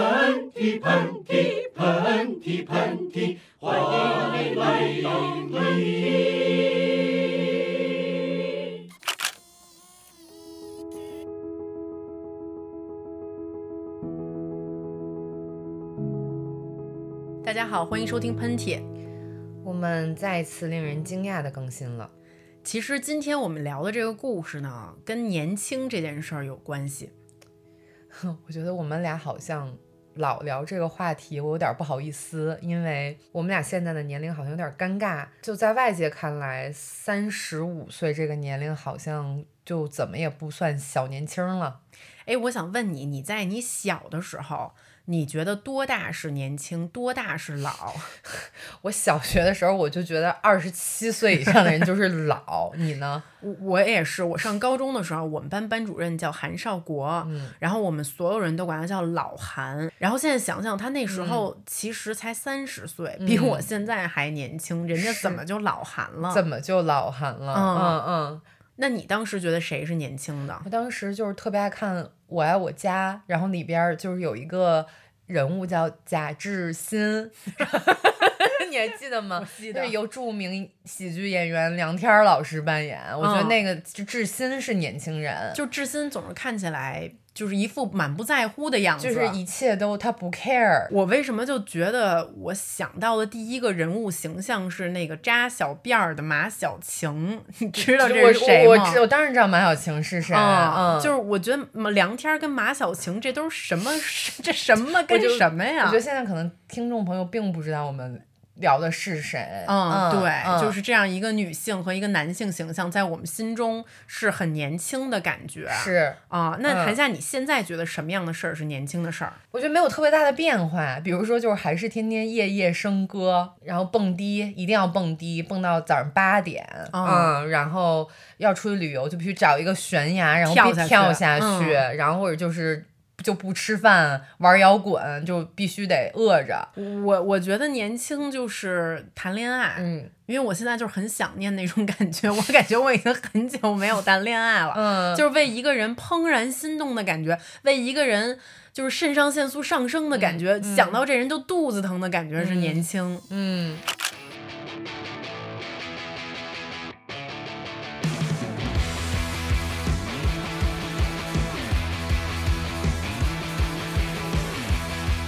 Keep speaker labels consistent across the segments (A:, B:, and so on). A: 嚏喷嚏喷嚏喷嚏，欢迎你来当喷嚏。
B: 大家好，欢迎收听喷嚏。
C: 我们再一次令人惊讶的更新了。
B: 其实今天我们聊的这个故事呢，跟年轻这件事儿有关系。
C: 我觉得我们俩好像老聊这个话题，我有点不好意思，因为我们俩现在的年龄好像有点尴尬。就在外界看来，三十五岁这个年龄好像就怎么也不算小年轻了。
B: 哎，我想问你，你在你小的时候，你觉得多大是年轻，多大是 老？
C: 我小学的时候我就觉得二十七岁以上的人就是老，你呢？
B: 我我也是，我上高中的时候，我们班班主任叫韩少国，
C: 嗯
B: 然后我们所有人都管他叫老韩。然后现在想想，他那时候其实才三十岁，比
C: 嗯
B: 我现在还年轻，人家怎么就老韩了？
C: 怎么就老韩了？
B: 嗯
C: 嗯嗯，
B: 那你当时觉得谁是年轻的？
C: 我当时就是特别爱看《我爱我家》，然后里边儿就是有一个人物叫贾志新， 你还记得 吗？
B: 记
C: 就是由著名喜剧演员梁天儿老师扮演。我觉得
B: 嗯
C: 那个志志新是年轻人，
B: 就志新总是看起来就是一副满不在乎的样子。啊
C: 就是一切都他不 care。
B: 我为什么就觉得我想到的第一个人物形象是那个扎小辫儿的马小晴？你知道这是谁
C: 我我
B: 吗？
C: 知我当然知道马小晴是谁，
B: 啊、
C: 嗯，
B: 就是我觉得马梁天儿跟马小晴这都是什么？这什么跟
C: 就
B: 什么呀？
C: 我觉得现在可能听众朋友并不知道我们聊的是谁，
B: 嗯，对，
C: 嗯
B: 就是这样一个女性和一个男性形象，在我们心中是很年轻的感觉。
C: 是。
B: 啊，那
C: 嗯
B: 韩夏，你现在觉得什么样的事儿是年轻的事儿？
C: 我觉得没有特别大的变化，比如说就是还是天天夜夜笙歌，然后蹦迪，一定要蹦迪，蹦到早上八点，
B: 哦
C: 嗯，然后要出去旅游就必须找一个悬崖，然后
B: 跳
C: 必
B: 下去
C: 跳下
B: 嗯
C: 去，然后或者就是就不吃饭玩摇滚，就必须得饿着，
B: 我我觉得年轻就是谈恋爱，
C: 嗯
B: 因为我现在就是很想念那种感觉，我感觉我已经很久没有谈恋爱了，
C: 嗯，
B: 就是为一个人怦然心动的感觉，为一个人就是肾上腺素上升的感觉，想到这人就肚子疼的感觉是年轻。
C: 嗯。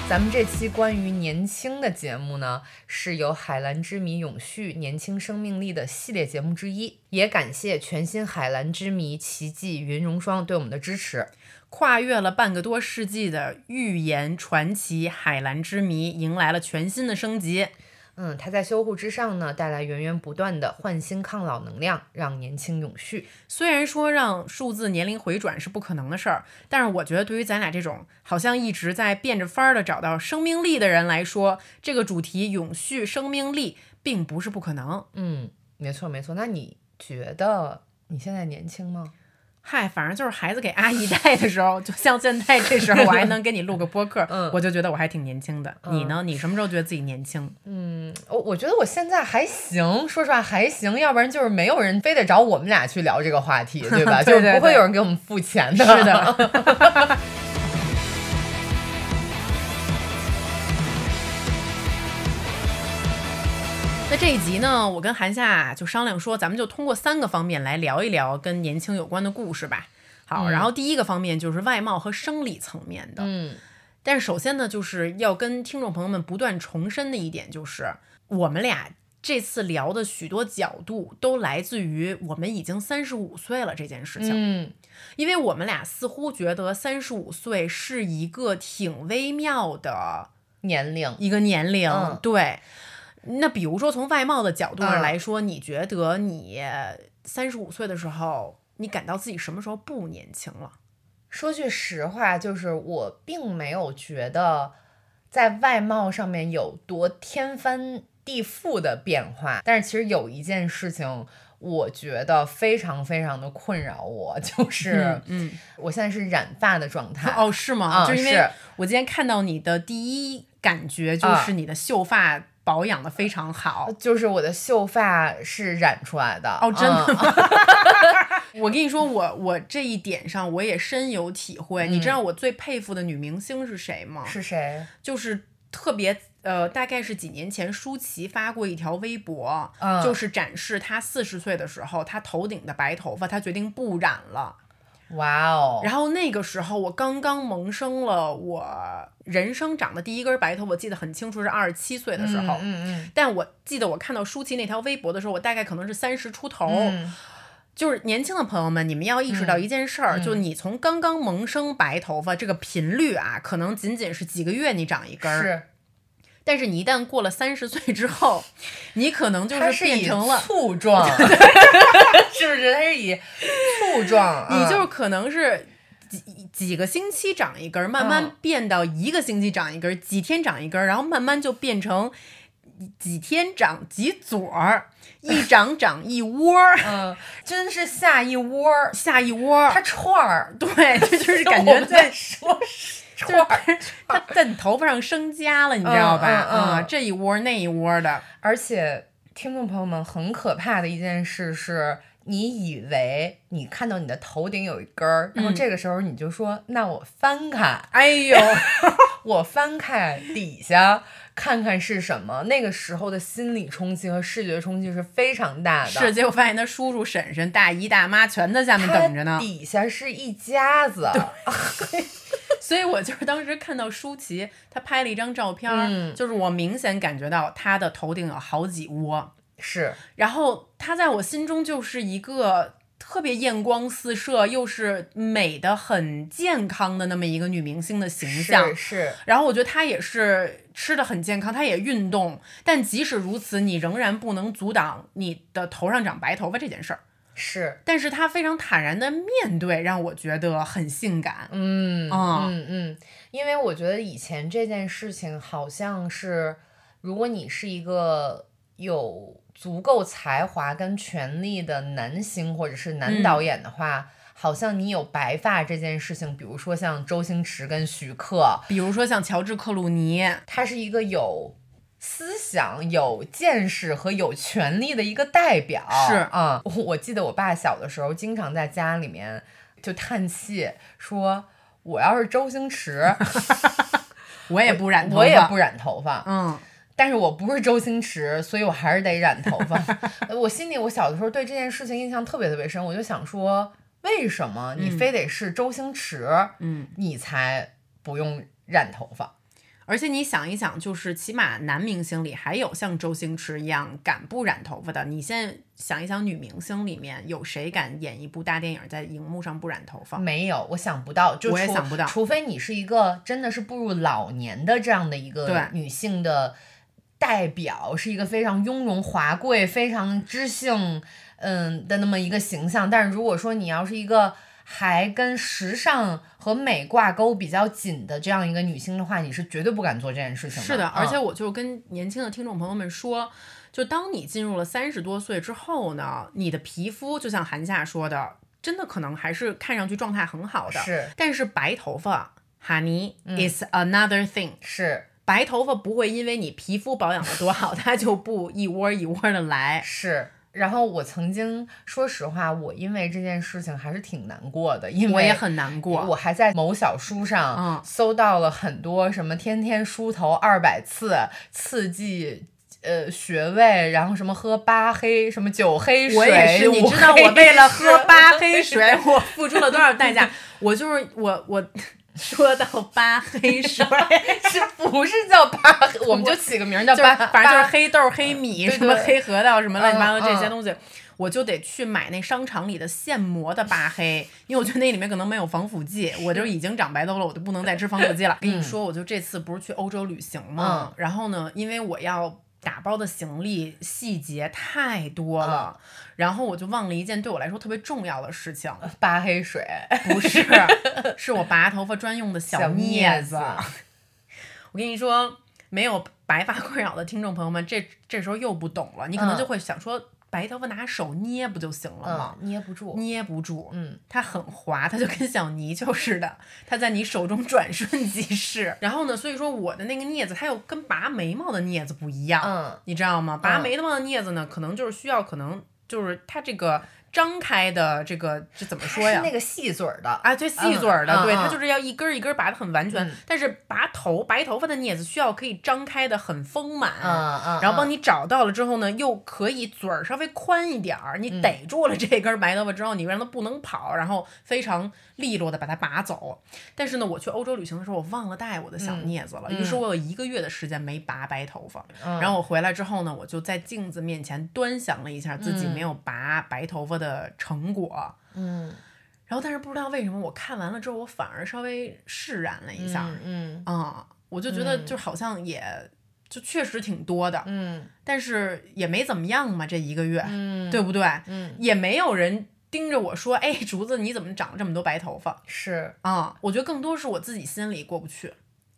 C: 咱们这期关于年轻的节目呢，是由《海蓝之谜永续年轻生命力》的系列节目之一，也感谢全新《海蓝之谜奇迹云溶霜》对我们的支持。
B: 跨越了半个多世纪的寓言传奇《海蓝之谜》迎来了全新的升级。
C: 嗯，它在修护之上呢，带来源源不断的焕新抗老能量，让年轻永续。
B: 虽然说让数字年龄回转是不可能的事儿，但是我觉得对于咱俩这种好像一直在变着法儿的找到生命力的人来说，这个主题永续生命力并不是不可能。
C: 嗯，没错没错。那你觉得你现在年轻吗？
B: 嗨，反正就是孩子给阿姨带的时候，就像现在这时候，我还能给你录个播客，
C: 嗯
B: 我就觉得我还挺年轻的。你呢？你什么时候觉得自己年轻？
C: 嗯我我觉得我现在还行，说实话还行，要不然就是没有人非得找我们俩去聊这个话题，对 吧？
B: 对
C: 就是
B: 对
C: 不会
B: 对
C: 有人给我们付钱的。
B: 是 的。那这一集呢，我跟韩夏就商量说，咱们就通过三个方面来聊一聊跟年轻有关的故事吧。好，然后第一个方面就是外貌和生理层面的。
C: 嗯，
B: 但是首先呢，就是要跟听众朋友们不断重申的一点就是，我们俩这次聊的许多角度都来自于我们已经三十五岁了这件事情。
C: 嗯，
B: 因为我们俩似乎觉得三十五岁是一个挺微妙的
C: 年龄，
B: 一个年龄，
C: 嗯
B: 对。那比如说从外貌的角度上
C: 嗯
B: 来说，你觉得你三十五岁的时候，你感到自己什么时候不年轻了？
C: 说句实话，就是我并没有觉得在外貌上面有多天翻地覆的变化，但是其实有一件事情，我觉得非常非常的困扰我，就是
B: 嗯，
C: 我现在是染发的状态。
B: 哦，是吗？
C: 啊
B: 就因为
C: 是
B: 我今天看到你的第一感觉就是你的秀发保养的非常好。
C: 就是我的秀发是染出来的
B: 哦哦真的
C: 嗯
B: 我跟你说，我我这一点上我也深有体会。你知道我最佩服的女明星是谁吗？
C: 嗯 是谁？
B: 就是特别呃，大概是几年前，舒淇发过一条微博，
C: 嗯
B: 就是展示她四十岁的时候，她头顶的白头发，她决定不染了。
C: 哇哦！
B: 然后那个时候，我刚刚萌生了我人生长的第一根白头，我记得很清楚，是二十七岁的时候。
C: 嗯嗯
B: 但我记得我看到舒淇那条微博的时候，我大概可能是三十出头，
C: 嗯
B: 就是年轻的朋友们，你们要意识到一件事
C: 嗯
B: 儿，就你从刚刚萌生白头发这个频率啊，可能仅仅是几个月你长一根
C: 嗯，
B: 儿，
C: 是，
B: 但是你一旦过了三十岁之后，你可能就
C: 它
B: 是
C: 是
B: 变
C: 以
B: 成了。
C: 醋状， 是不是？它是以醋状，
B: 你就是
C: 嗯
B: 可能是几几个星期长一根儿，慢慢
C: 嗯
B: 变到一个星期长一根儿，几天长一根儿，然后慢慢就变成几天长几撮儿，一长长一窝儿，
C: 嗯，真是下一窝儿，
B: 下一窝儿。
C: 它串儿，
B: 对，这就是感
C: 我
B: 觉
C: 们
B: 在
C: 在。说
B: 就
C: 串
B: 是
C: 儿。
B: 它在你头发上生痂了，你知道吧？
C: 嗯嗯嗯
B: 啊，这一窝儿那一窝儿的，
C: 而且，听众朋友们，很可怕的一件事是，你以为你看到你的头顶有一根儿，然后
B: 嗯
C: 这个时候你就说：“那我翻开，
B: 哎呦，
C: 我翻开底下看看是什么。”那个时候的心理冲击和视觉冲击是非常大的。
B: 是，结果发现他叔叔、婶婶、大姨、大妈全在下面
C: 它
B: 等着呢。
C: 底下是一家子，
B: 所以我就是当时看到舒淇，她拍了一张照片儿，
C: 嗯
B: 就是我明显感觉到她的头顶有好几窝，
C: 是
B: 然后她在我心中就是一个。特别艳光四射，又是美的很健康的那么一个女明星的形象
C: 是，是，
B: 然后我觉得她也是吃的很健康，她也运动，但即使如此，你仍然不能阻挡你的头上长白头发这件事儿。
C: 是，
B: 但是她非常坦然的面对，让我觉得很性感。
C: 嗯
B: 啊
C: 嗯嗯，因为我觉得以前这件事情好像是，如果你是一个有足够才华跟权力的男星或者是男导演的话。好像你有白发这件事情，比如说像周星驰跟徐克，
B: 比如说像乔治克鲁尼，
C: 他是一个有思想、有见识和有权利的一个代表。
B: 是
C: 啊、我我记得我爸小的时候，经常在家里面就叹气说。我要是周星驰，
B: 我也不染头发，
C: 我也不染头发。
B: 嗯，
C: 但是我不是周星驰，所以我还是得染头 发。呃我心里，我小的时候对这件事情印象特别特别深，我就想说，为什么你非得是周星驰，
B: 嗯，
C: 你才不用染头发？
B: 而且你想一想，就是起码男明星里还有像周星驰一样敢不染头发的。你现在想一想，女明星里面有谁敢演一部大电影在荧幕上不染头发？
C: 没有，我想不到，就
B: 我也
C: 除
B: 想不到
C: 除非你是一个真的是步入老年的这样的一
B: 对
C: 个女性的代表，是一个非常雍容华贵、非常知性嗯的那么一个形象。但是如果说你要是一个还跟时尚和美挂钩比较紧的这样一个女星的话，你是绝对不敢做这件事情
B: 是的，
C: 的，
B: 而且
C: 嗯
B: 我就跟年轻的听众朋友们说，就当你进入了三十多岁之后呢，你的皮肤就像韩夏说的，真的可能还是看上去状态很好的，
C: 是
B: 但是白头发，Honey、
C: 嗯
B: is another thing。
C: 是
B: 白头发不会因为你皮肤保养的多好，它就不一窝一窝的来。
C: 是。然后我曾经，说实话，我因为这件事情还是挺难过的，因为
B: 我也很难过。
C: 我还在某小书
B: 嗯
C: 上搜到了很多什么天天梳头二百次，刺激呃穴位，然后什么喝八黑什么九黑水，
B: 我也是，你
C: 五
B: 知道我
C: 黑
B: 为了喝
C: 水
B: 八黑水，我付出了多少代价？我就是我我 说到八黑水，
C: 是不是叫八黑？我们就起个名儿叫
B: 就是
C: 八，
B: 反正就是
C: 八
B: 黑豆、黑米、
C: 嗯对
B: 什么
C: 对
B: 黑核桃、什么乱七八糟
C: 嗯
B: 这些
C: 嗯
B: 东西，我就得去买那商场里的现磨的八黑，因为我觉得那里面可能没有防腐剂，我就已经长白头了，我就不能再吃防腐剂 了。跟你说，我就这次不是去欧洲旅行嘛，
C: 嗯
B: 然后呢，因为我要。打包的行李细节太多了，
C: 嗯
B: 然后我就忘了一件对我来说特别重要的事 情，
C: 八黑水，
B: 不是，是我拔头发专用的小
C: 小
B: 镊
C: 镊
B: 子
C: 子。
B: 我跟你说，没有白发困扰的听众朋友们，这这时候又不懂了，你可能就会想说，白头发拿手捏不就行了吗
C: 嗯，？捏不住，
B: 捏不住，
C: 嗯，
B: 它很滑，它就跟小泥鳅似的，它在你手中转瞬即逝。然后呢，所以说我的那个镊子，它又跟拔眉毛的镊子不一样，
C: 嗯，
B: 你知道吗？拔
C: 嗯
B: 眉毛的镊子呢，可能就是需要，可能就是它这个张开的这个这怎么
C: 它
B: 说呀
C: 是？那个细嘴儿的，
B: 啊，对，细嘴儿的，
C: 嗯
B: 对，
C: 嗯
B: 它
C: 嗯
B: 就是要一根儿一根儿拔的很完全。
C: 嗯
B: 但是拔头白头发的镊子需要可以张开的很丰满，
C: 嗯嗯，
B: 然后帮
C: 你，
B: 你找到了之后呢，又可以嘴儿稍微宽一点儿，
C: 嗯
B: 你逮住了这根白头发之后，你让它不能跑，然后非常利落的把它拔走。但是呢，我去欧洲旅行的时候，我忘了带我的小镊子了，
C: 嗯
B: 于是我有一个月的时间没拔白头发。
C: 嗯
B: 然后我回来之后呢，我就在镜子面前端详了一下自己
C: 嗯
B: 没有拔白头发的成果。
C: 嗯，
B: 然后，但是不知道为什么，我看完了之后，我反而稍微释然了一下，啊、
C: 嗯
B: 我就觉得
C: 嗯
B: 就好像也、就确实挺多的，
C: 嗯
B: 但是也没怎么样嘛，这一个月，
C: 嗯，
B: 对，不对？
C: 嗯
B: 也没有人盯着我说，哎，竹子你怎么长这么多白头发
C: 是
B: 啊、我觉得更多是我自己心里过不去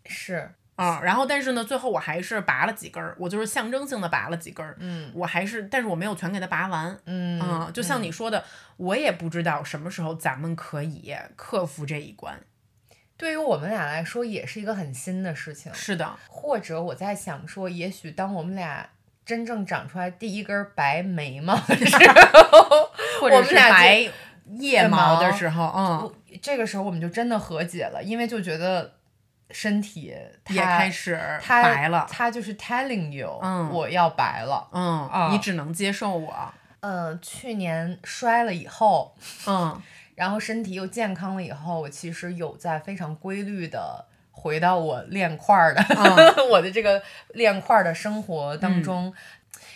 C: 是，
B: 啊、然后，但是呢，最后我还是拔了几根儿，我就是象征性的拔了几根儿，
C: 嗯
B: 我还是，但是我没有全给它拔完，
C: 嗯
B: 啊、就像你说的，我也不知道什么时候咱们可以克服这一关。
C: 对于我们俩来说也是一个很新的事情，
B: 是的，
C: 或者我在想说，也许当我们俩真正长出来第一根白眉毛的时候，
B: 或者
C: 我们
B: 是
C: 俩就
B: 白腋毛
C: 毛
B: 的时候，嗯，
C: 我这个时候我们就真的和解了，因为就觉得身体它
B: 也开始
C: 它
B: 白了，
C: 它就是 telling you，、
B: 嗯
C: 我要白了。
B: 嗯，
C: 啊
B: 你只能接受我，
C: 嗯，去年摔了以后，
B: 嗯
C: 然后身体又健康了以后，我其实有在非常规律的回到我练块儿的、
B: 啊
C: 我的这个练块儿的生活
B: 嗯
C: 当中。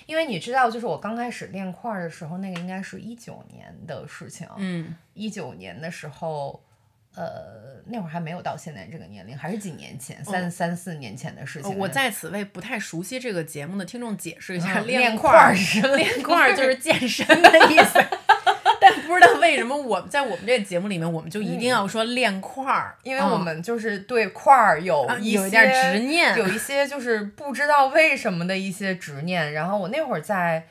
C: 因为你知道，就是我刚开始练块儿的时候，那个应该是一九年的事情。
B: 嗯
C: 一九、年的时候，呃，那会儿还没有到现在这个年龄，还是几年前，三、三四年前的事
B: 呃
C: 情。
B: 哦我在此为不太熟悉这个节目的听众解释一下，
C: 嗯
B: 练
C: 练
B: 块
C: 块儿
B: 儿
C: 是
B: 练块儿就是健身的意 思。但不知道为什么我们在我们这个节目里面，我们就一定要说练块儿，
C: 嗯因为我
B: 嗯
C: 们就是对块儿有
B: 啊
C: 一
B: 有一点
C: 些
B: 执念
C: 有一些就是不知道为什么的一些执念。然后我那会儿在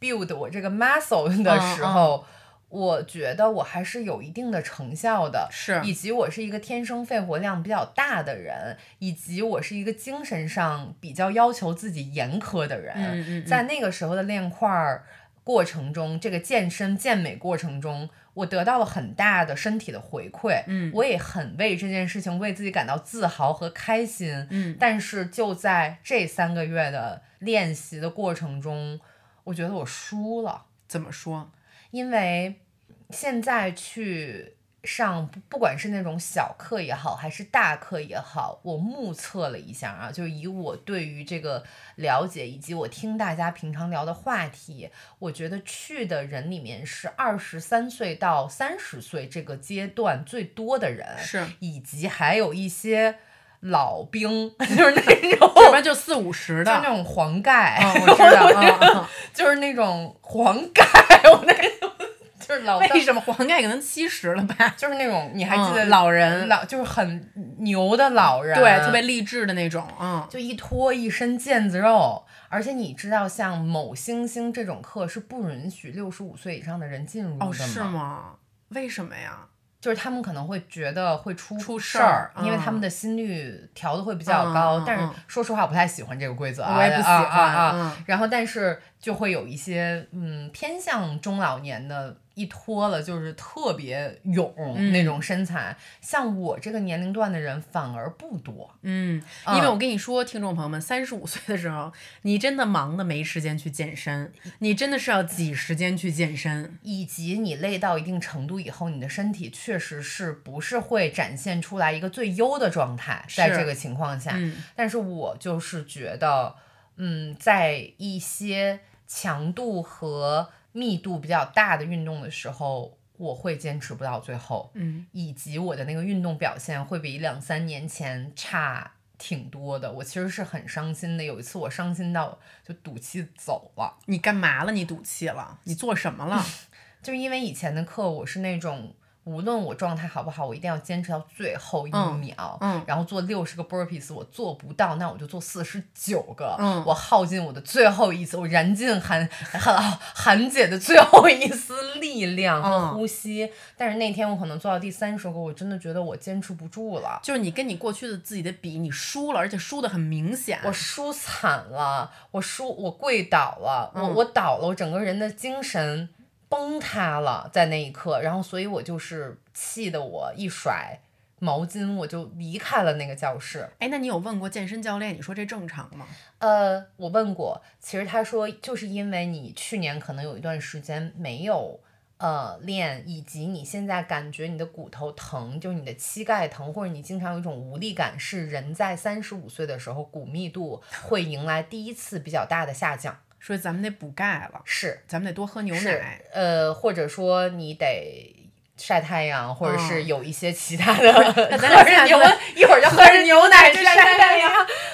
C: build 我这个 muscle 的时候，我觉得我还是有一定的成效的。
B: 是
C: 以及我是一个天生肺活量比较大的人，以及我是一个精神上比较要求自己严苛的人，
B: 嗯嗯嗯
C: 在那个时候的练块儿过程中，这个健身健美过程中，我得到了很大的身体的回馈，
B: 嗯
C: 我也很为这件事情为自己感到自豪和开心，
B: 嗯
C: 但是就在这三个月的练习的过程中，我觉得我输了。
B: 怎么说？
C: 因为现在去上，不不管是那种小课也好，还是大课也好，我目测了一下啊，就是以我对于这个了解，以及我听大家平常聊的话题，我觉得去的人里面是二十三岁到三十岁这个阶段最多的人，
B: 是
C: 以及还有一些老兵， 就是那种。
B: 要不然就四五十
C: 哦就是
B: 的
C: 那，种黄盖，
B: 嗯， 我知道，嗯嗯
C: 就是那种黄盖， 我那就是老
B: 为什么黄盖可能七十了吧？
C: 就是那种你还记得、
B: 嗯老人
C: 老就是很牛的老人，
B: 对，特别励志的那种，嗯，
C: 就一脱一身腱子肉，而且你知道，像某星星这种课是不允许六十五岁以上的人进入的
B: 哦，是吗？为什么呀？
C: 就是他们可能会觉得会出
B: 出事
C: 事
B: 儿
C: 儿，因为
B: 嗯
C: 他们的心率调的会比较高。
B: 嗯嗯
C: 但
B: 嗯
C: 是说实话，我不太喜欢这个规则啊，
B: 我也不喜欢
C: 啊啊啊
B: 嗯
C: 然后，但是就会有一些嗯偏向中老年的，一脱了就是特别勇、
B: 嗯
C: 那种身材。像我这个年龄段的人反而不多。
B: 嗯，因为我跟你说，听众朋友们，三十五岁的时候，你真的忙的没时间去健身，你真的是要挤时间去健身。
C: 以及你累到一定程度以后，你的身体确实是不是会展现出来一个最优的状态，在
B: 是
C: 这个情况下，
B: 嗯
C: 但是我就是觉得，嗯，在一些强度和密度比较大的运动的时候，我会坚持不到最后，
B: 嗯，
C: 以及我的那个运动表现会比两三年前差挺多的。我其实是很伤心的。有一次我伤心到就赌气走了。
B: 你干嘛了？你赌气了？你做什么了？嗯
C: 就是因为以前的课我是那种无论我状态好不好，我一定要坚持到最后一
B: 嗯
C: 秒，
B: 嗯
C: 然后做六十个 burpees，我做不到，那我就做四十九个，
B: 嗯
C: 我耗尽我的最后一丝，我燃尽韩韩韩姐的最后一丝力量和
B: 嗯
C: 呼吸。但是那天我可能做到第三十个，我真的觉得我坚持不住了。
B: 就是你跟你过去的自己的比，你输了，而且输的很明显。
C: 我输惨了，我输，我跪倒了，我
B: 嗯
C: 我倒了，我整个人的精神崩塌了，在那一刻，然后所以我就是气得我一甩毛巾，我就离开了那个教室。
B: 哎，那你有问过健身教练，你说这正常吗？
C: 呃，我问过，其实他说就是因为你去年可能有一段时间没有。呃，练以及你现在感觉你的骨头疼，就是你的膝盖疼，或者你经常有一种无力感，是人在三十五岁的时候骨密度会迎来第一次比较大的下降。
B: 说咱们得补钙了，
C: 是
B: 咱们得多喝牛
C: 是
B: 奶。
C: 呃，或者说你得晒太阳，或者是
B: 嗯
C: 有一些其他 的喝
B: 那咱俩
C: 着
B: 现在
C: 牛
B: 喝，
C: 一会儿就喝着牛奶
B: 去
C: 去
B: 晒
C: 晒
B: 太
C: 太阳。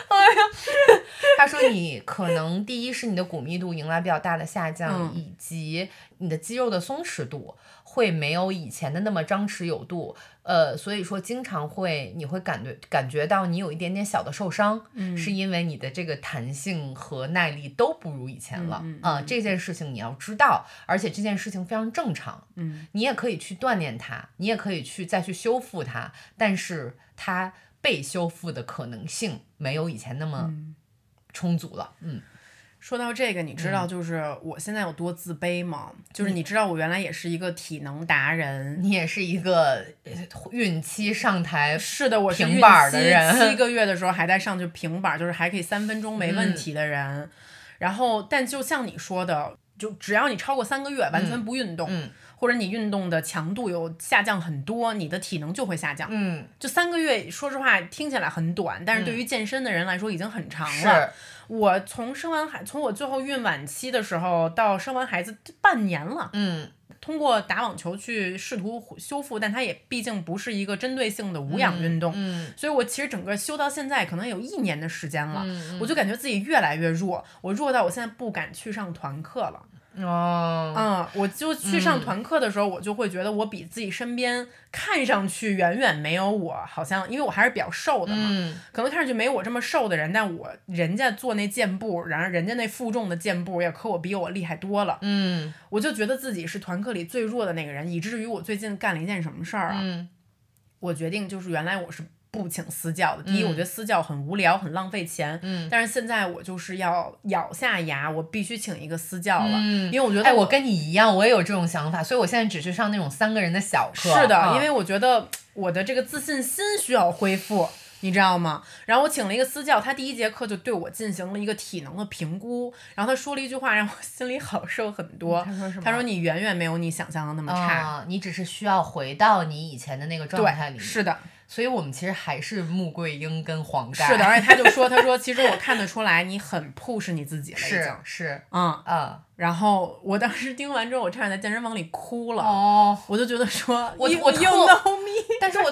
C: 哎呀， 他说你可能第一是你的骨密度迎来比较大的下降，
B: 嗯
C: 以及你的肌肉的松弛度会没有以前的那么张弛有度。呃，所以说经常会你会感觉感觉到你有一点点小的受伤，
B: 嗯
C: 是因为你的这个弹性和耐力都不如以前了啊、
B: 嗯嗯嗯
C: 这件事情你要知道，而且这件事情非常正常，
B: 嗯，
C: 你也可以去锻炼它，你也可以去再去修复它，但是它被修复的可能性没有以前那么充足了。嗯
B: 说到这个，你知道就是我现在有多自卑吗？就是你知道我原来也是一个体能达人。
C: 你也是一个呃孕期上台，
B: 是的，我是
C: 平
B: 孕
C: 板儿的
B: 期
C: 人
B: 七个月的时候还在上去平板儿，就是还可以三分钟没
C: 嗯
B: 问题的人。然后，但就像你说的，就只要你超过三个月完全不运动，
C: 嗯
B: 或者你运动的强度有下降很多，你的体能就会下降。
C: 嗯，
B: 就三个月，说实话听起来很短，但是对于健身的人来说已经很长了。
C: 是
B: 我从生完孩，从我最后孕晚期的时候到生完孩子半年了，
C: 嗯
B: 通过打网球去试图修复，但它也毕竟不是一个针对性的无氧运动，
C: 嗯
B: 所以我其实整个修到现在可能有一年的时间了，
C: 嗯
B: 我就感觉自己越来越弱，我弱到我现在不敢去上团课了。
C: 哦，
B: 嗯，我就去上团课的时候，我就会觉得我比自己身边看上去远远没有我，好像因为我还是比较瘦的嘛，
C: 嗯
B: 可能看上去没我这么瘦的人，但我人家做那健步，然后人家那负重的健步也可我比我厉害多了，
C: 嗯
B: 我就觉得自己是团课里最弱的那个人，以至于我最近干了一件什么事儿啊？
C: 嗯
B: 我决定就是原来我是不请私教的，第一，
C: 嗯
B: 我觉得私教很无聊，很浪费钱，
C: 嗯
B: 但是现在我就是要咬下牙，我必须请一个私教了，
C: 嗯
B: 因为我觉得
C: 哎，我跟你一样，我也有这种想法，所以我现在只去上那种三个人的小课。
B: 是的，
C: 啊
B: 因为我觉得我的这个自信心需要恢复，你知道吗？然后我请了一个私教，他第一节课就对我进行了一个体能的评估，然后他说了一句话让我心里好受很多。
C: 他说什么？
B: 他说你远远没有你想象的那么差。
C: 啊，你只是需要回到你以前的那个状态里
B: 对，
C: 面。
B: 是的，
C: 所以我们其实还是穆桂英跟黄盖。
B: 是的，而且他就说，他说其实我看得出来你很 push 你自己了，已
C: 是
B: 经，
C: 是
B: 嗯。
C: 啊
B: 然后我当时听完之后，我差点在健身房里哭了，
C: 哦，
B: 我就觉得说，
C: 我
B: you-
C: 我
B: you
C: 特
B: know me，
C: 但是我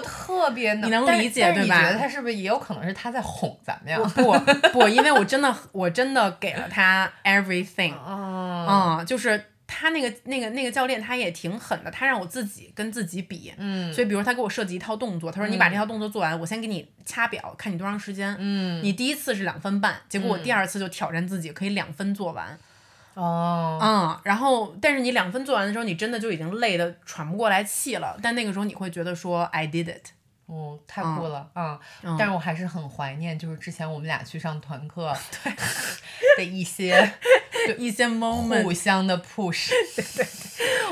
C: 特别能，
B: 你能
C: 但是
B: 理解
C: 但是
B: 对
C: 你
B: 吧
C: 觉得他是不是也有可能是他在哄咱们呀
B: 我？ 不不，因为我真的我真的给了他 everything，
C: 哦，
B: 嗯，就是他那个那个那个教练他也挺狠的，他让我自己跟自己比。
C: 嗯
B: 所以，比如他给我设计一套动作，他说你把这套动作做完，我先给你掐表，看你多长时间。
C: 嗯
B: 你第一次是两分半，结果我第二次就挑战自己，可以两分做完。
C: 哦，
B: 嗯，然后但是你两分做完的时候，你真的就已经累得喘不过来气了。但那个时候你会觉得说 I did it，
C: 嗯，太酷了啊！
B: 嗯
C: 但是我还是很怀念，就是之前我们俩去上 团课的一些
B: 一 些 moment
C: 互相的 push。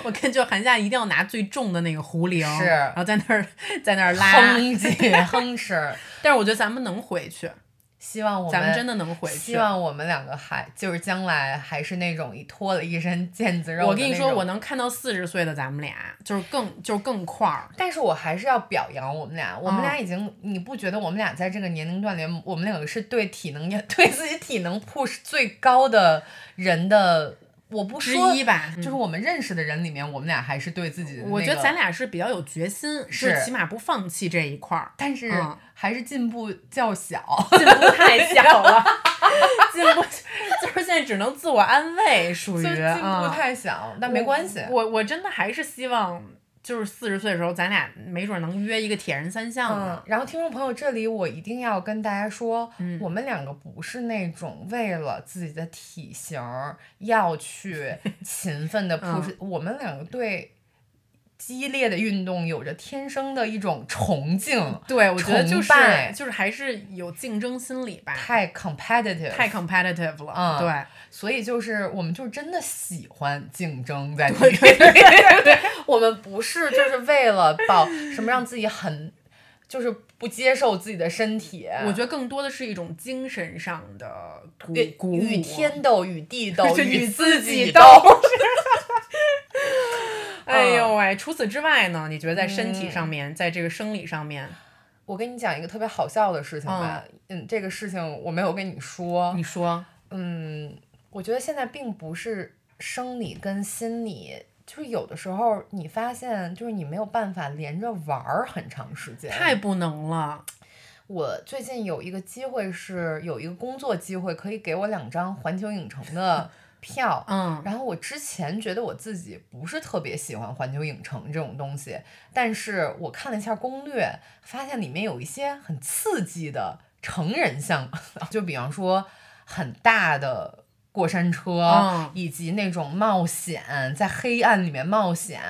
B: 我看就韩夏一定要拿最重的那个壶铃，
C: 是
B: 然后在那儿在那儿拉。
C: 哼唧哼哧，
B: 但是我觉得咱们能回去，
C: 希望我
B: 咱们真
C: 的
B: 的能回
C: 希
B: 去。
C: 望我们两个还就是将来还是那种一脱了一身腱子肉。
B: 我跟你说，我，能看到四十岁的咱们俩，就是更就是更块儿。
C: 但是我还是要表扬我们俩，我们
B: 嗯
C: 俩已经，你不觉得我们俩在这个年龄段里，我们两个是对体能也 对自己体能 push 最高的人的，我不
B: 之
C: 说
B: 一吧
C: 就是我们认识的人里面，我们俩还是对自己的、那个，。
B: 嗯我觉得咱。俩是比较有决心，就是起码不放弃这一块儿
C: 但是
B: 嗯
C: 还是进步较小，
B: 进步太小 了，进步就是现在只能自我安慰，属
C: 就
B: 于
C: 是进步
B: 啊。
C: 太小，但没关系。
B: 我我真的还是希望。就是四十岁的时候，咱俩没准能约一个铁人三项
C: 嗯
B: 呢。，
C: 然后听众朋友，这里我一定要跟大家说，
B: 嗯
C: 我们两个不是那种为了自己的体型儿要 去勤奋的
B: 嗯
C: push，、我们两个对激烈的运动有着天生的一种崇敬，
B: 对，我觉得就是
C: 崇拜
B: 就是还是有竞争心理吧，
C: 太 competitive，
B: 太 competitive 了。
C: 嗯
B: 对，
C: 所以就是我们就真的喜欢竞争在这
B: 对
C: 里， 我们不是就是为了保什么让自己很，就是不接受自己的身体，
B: 我觉得更多的是一种精神上的鼓
C: 与
B: 鼓舞。
C: 与天斗，与地斗，
B: 就与
C: 自
B: 自己
C: 斗。
B: 哎呦喂！除此之外呢？你觉得在身体上面，在这个生理上面，
C: 我跟你讲一个特别好笑的事情吧，嗯，这个事情我没有跟你说
B: 你，说
C: 嗯，我觉得现在并不是生理跟心理。就是有的时候，你发现就是你没有办法连着玩儿很长时间。
B: 太不能了。
C: 我最近有一个机会是有一个工作机会，可以给我两张环球影城 的票。
B: 嗯，
C: 然后我之前觉得我自己不是特别喜欢环球影城这种东西，但是我看了一下攻略，发现里面有一些很刺激的成人项目， 就比方说很大的过山车，
B: 嗯
C: 以及那种冒险，在黑暗里面冒险，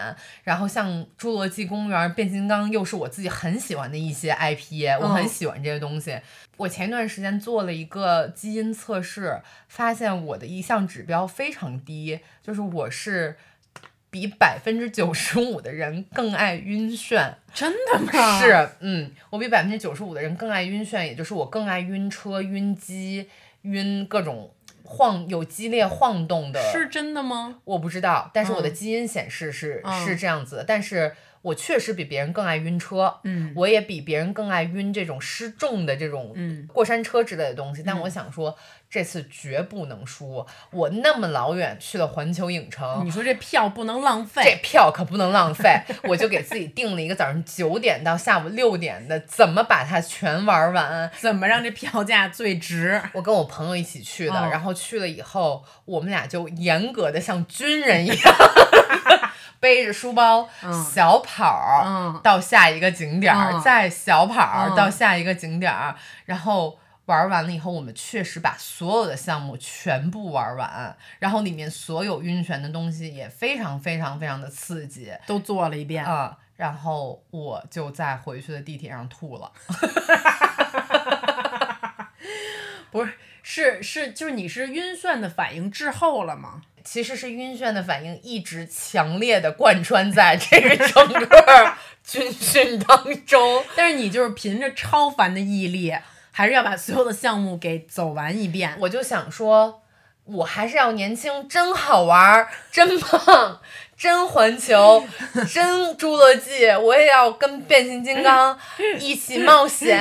C: 然后像《侏罗纪公园》《变形金刚》又是我自己很喜欢的一些 IP，我很
B: 嗯
C: 喜欢这些东西。我前一段时间做了一个基因测试，发现我的一项指标非常低，就是我是比百分之九十五的人更爱晕眩。
B: 真的吗？，
C: 是，嗯，我比百分之九十五的人更爱晕眩，也就是我更爱晕车、晕机、晕各种晃有激烈晃动的。
B: 是真的吗？
C: 我不知道，但是我的
B: 嗯
C: 基因显示是、
B: 嗯
C: 是这样子的，但是我确实比别人更爱晕车，
B: 嗯
C: 我也比别人更爱晕这种失重的这种
B: 嗯
C: 过山车之类的东西。但我想说，这次绝不能输。我那么老远去了环球影城，
B: 你说这票不能浪
C: 这
B: 费，
C: 票可不能浪费，我就给自己定了一个早上九点到下午六点的，怎么把它全玩完。
B: 怎么让这票价最值？
C: 我跟我朋友一起去的，
B: 哦
C: 然后去了以后，我们俩就严格的像军人一样， 背着书包、
B: 嗯
C: 小跑儿、
B: 嗯
C: 到下一个景点儿，
B: 嗯
C: 再小跑儿、
B: 嗯
C: 到下一个景点儿，然后。玩完了以后，我们确实把所有的项目全部玩完，然后里面所有晕眩的东西也非常非常非常的刺激，
B: 都做了一遍。
C: 啊、然后我就在回去的地铁上吐了。
B: 不是，是是，就是你是晕眩的反应滞后了吗？
C: 其实是晕眩的反应一直强烈的贯穿在这个整个军训当中。
B: 但是你就是凭着超凡的毅力，还是要把所有的项目给走完一遍。
C: 我就想说，我还是要年轻，真好玩儿，真棒，真环球，真侏罗纪，我也要跟变形金刚一起冒险。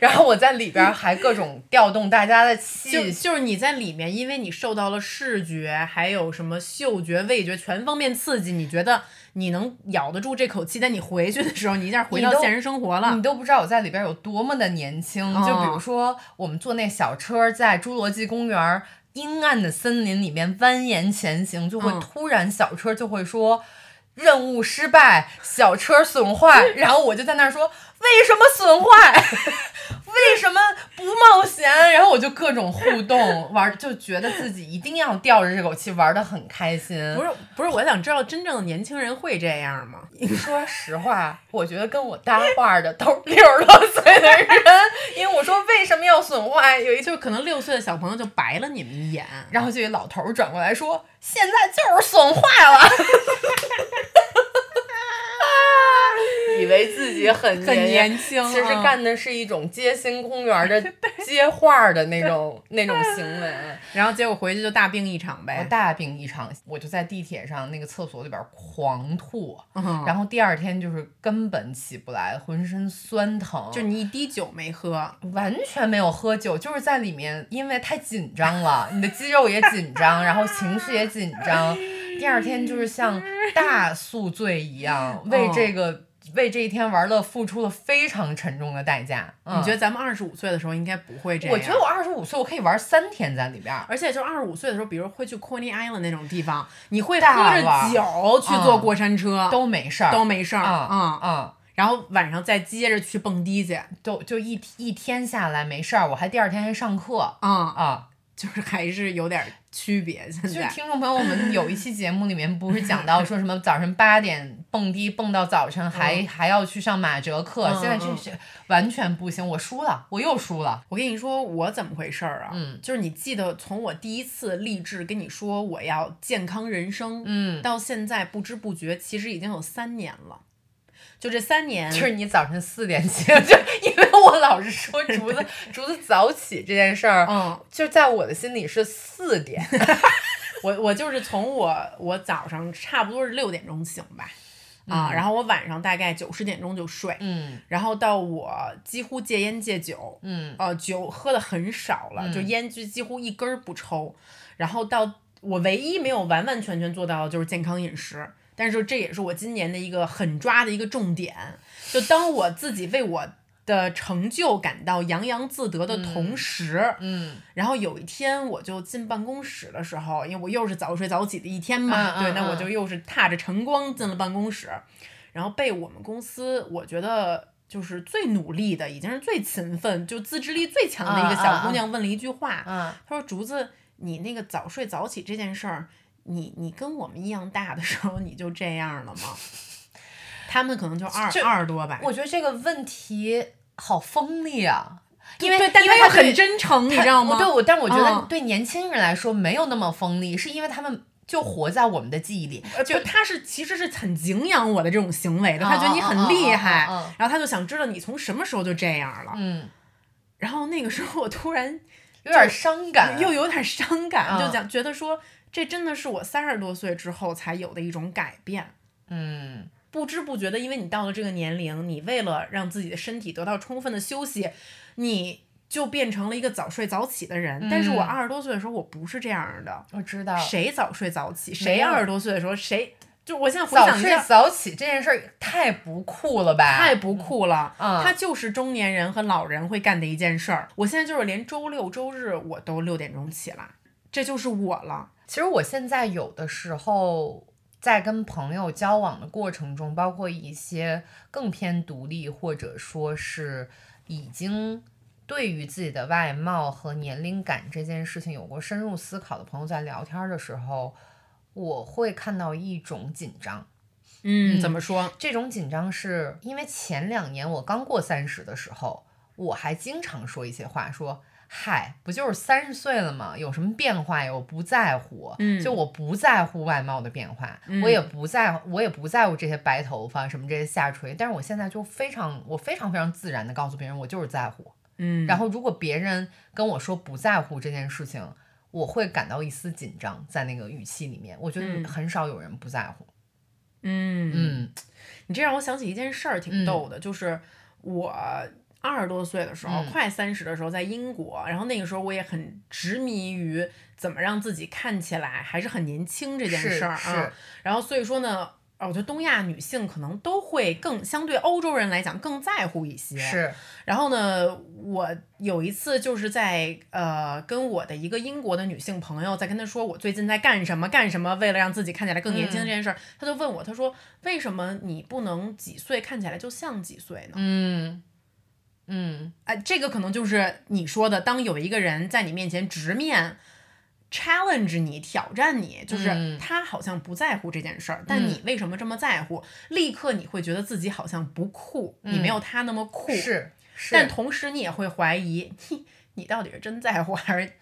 C: 然后我在里边儿还各种调动大家的
B: 就
C: 气息。
B: 就是你在里面，因为你受到了视觉，还有什么嗅觉、味觉全方面刺激，你觉得你能咬得住这口气，但你回去的时候，你一下回到
C: 你都
B: 现实生活
C: 你
B: 了。哦
C: 都不知道我在里边有多么的年轻。就比如说，我们坐那小车在侏罗纪公园儿阴暗的森林里面蜿蜒前行，就会
B: 嗯
C: 突然小车就会说。任务失败，小车损坏，然后我就在那儿说为什么损坏， 为什么不冒险？然后我就各种互动玩儿，就觉得自己一定要吊着这口气，玩的很开心。
B: 不是不是，我想知道真正的年轻人会这样吗？
C: 说实话，我觉得跟我搭话的都是六十多岁的人，因为我说为什么要损坏，有一就，
B: 就可能六岁的小朋友就白了你们一眼，
C: 然后就一老头儿转过来说，现在就是损坏了， 以为自己很
B: 很
C: 年
B: 年轻啊，
C: 其实干的是一种街心公园 的接话儿的那种那种行为。
B: 然后结果回去就大病一场
C: 我
B: 呗。
C: 哦大病一场，我就在地铁上那个厕所里边儿狂吐，
B: 嗯
C: 然后第二天就是根本起不来，浑身酸疼，
B: 就你一滴酒没喝，
C: 完全没有喝酒，就是在里面，因为太紧张了，你的肌肉也紧张，然后情绪
B: 嗯
C: 也紧张，第二天就是像大宿醉一样，为这个为这一天玩乐付出了非常沉重的代价。嗯、
B: 你觉得咱们二十五岁的时候应该不会这样？
C: 我觉得我二十五岁，我可以玩三天在里边儿。
B: 而且就二十五岁的时候，比如会去 Coney Island 那种地方，你会喝
C: 大
B: 着
C: 腕儿
B: 酒去坐
C: 嗯
B: 过山车，
C: 都没事儿，
B: 都没事儿，
C: 啊
B: 嗯，
C: 啊、
B: 然后晚上再接着去蹦迪去，
C: 都就一一天下来没事儿，我还第二天还上课
B: 嗯，
C: 啊。
B: 就是还是有点区别。现
C: 就是
B: 在
C: 听众朋友们有一期节目里面不是讲到说什么早晨八点蹦迪蹦到早晨还，还、要去上马哲课，
B: 嗯
C: 现在这
B: 嗯
C: 是完全不行，我输了，我又输了。
B: 我跟你说我怎么回事儿啊？
C: 嗯
B: 就是你记得从我第一次立志跟你说我要健康人生，
C: 嗯，
B: 到现在不知不觉其实已经有三年了，就这三年，
C: 就是你早晨四点起， 就因为我老是说竹子竹子早起这件事儿，
B: 嗯，
C: 就在我的心里是四点，
B: 我我就是从我我早上差不多是六点钟醒吧，啊，然后我晚上大概九十点钟就睡，
C: 嗯
B: 然后到我几乎戒烟戒酒，
C: 嗯
B: 呃，酒喝的很少了，就
C: 嗯
B: 烟就几乎一根儿不抽，然后到我唯一没有完完全全做到的就是健康饮食。但是这也是我今年的一个狠抓的一个重点，就当我自己为我的成就感到洋洋自得的同时，
C: 嗯
B: 然后有一天我就进办公室的时候，因为我又是早睡早起的一天嘛，
C: 嗯嗯
B: 对，那
C: 嗯
B: 我就又是踏着晨光进了办公室，然后被我们公司我觉得就是最努力的，已经是最勤奋，就自制力最强的一个
C: 嗯
B: 小姑娘问了一句话，
C: 啊，
B: 她说：“竹子，你那个早睡早起这件事儿，你你跟我们一样大的时候你就这样了吗？” 他们可能就二
C: 这
B: 二十多吧，
C: 我觉得这个问题好锋利啊，因为
B: 对，但
C: 因
B: 他
C: 为
B: 又
C: 对
B: 很真诚，你知道吗？
C: 对，我但我觉得
B: 嗯
C: 对年轻人来说没有那么锋利，是因为他们就活在我们的记忆里，
B: 呃，就他是其实是很敬仰我的这种行为的，
C: 啊
B: 他觉得你很厉害，
C: 啊啊啊啊啊
B: 然后他就想知道你从什么时候就这样了。
C: 嗯，
B: 然后那个时候我突然
C: 有点伤感，
B: 又有点伤感，
C: 啊
B: 就讲觉得说这真的是我三十多岁之后才有的一种改变。
C: 嗯
B: 不知不觉的，因为你到了这个年龄，你为了让自己的身体得到充分的休息，你就变成了一个早睡早起的人。但是我
C: 嗯
B: 二十多岁的时候，我不是这样的。
C: 我知道。
B: 谁早睡早起？
C: 没
B: 谁
C: 有
B: 二十多岁的时候谁？就我现在回
C: 早
B: 想一
C: 睡
B: 下，
C: 早起这件事儿太不酷了吧？
B: 太不酷了，
C: 嗯
B: 它就是中年人和老人会干的一件事儿。我现在就是连周六周日我都六点钟起来，这就是我了。
C: 其实我现在有的时候在跟朋友交往的过程中，包括一些更偏独立，或者说是已经对于自己的外貌和年龄感这件事情有过深入思考的朋友，在聊天的时候，我会看到一种紧张。
B: 嗯
C: 嗯
B: 怎么说？
C: 这种紧张是因为前两年我刚过三十的时候，我还经常说一些话，说嗨，不就是三十岁了吗？有什么变化呀？我不在乎，
B: 嗯
C: 就我不在乎外貌的变化，
B: 嗯
C: 我也不在乎，我也不在乎这些白头发什么这些下垂。但是我现在就非常，我非常非常自然的告诉别人，我就是在乎。
B: 嗯，
C: 然
B: 后
C: 后如果别人跟我说不在乎这件事情，我会感到一丝紧张，在那个语气里面，我觉
B: 嗯
C: 得很少有人不在乎。
B: 嗯
C: 嗯
B: 你这让我想起一件事儿，挺
C: 嗯
B: 逗的，就是我。二十多岁的时候，
C: 嗯
B: 快三十的时候，在英国，然后那个时候我也很执迷于怎么让自己看起来还是很年轻这件
C: 是
B: 事儿
C: 是
B: 啊。然后所以说呢，呃我觉得东亚女性可能都会更相对欧洲人来讲更在乎一些。。
C: 是，
B: 然后呢，我有一次就是在呃跟我的一个英国的女性朋友在跟她说我最近在干什么干什么，为了让自己看起来更年轻
C: 嗯
B: 这件事儿，她就问我，她说为什么你不能几岁看起来就像几岁呢？
C: 嗯嗯
B: 哎、这个可能就是你说的，当有一个人在你面前直面。challenge 你挑战你，就是
C: 嗯
B: 他好像不在乎这件事儿，但你为什么这么在乎？立刻你会觉得自己好像不酷，你没有他那么酷。
C: 嗯是是，
B: 但同时你也会怀疑你你到底是真在乎还是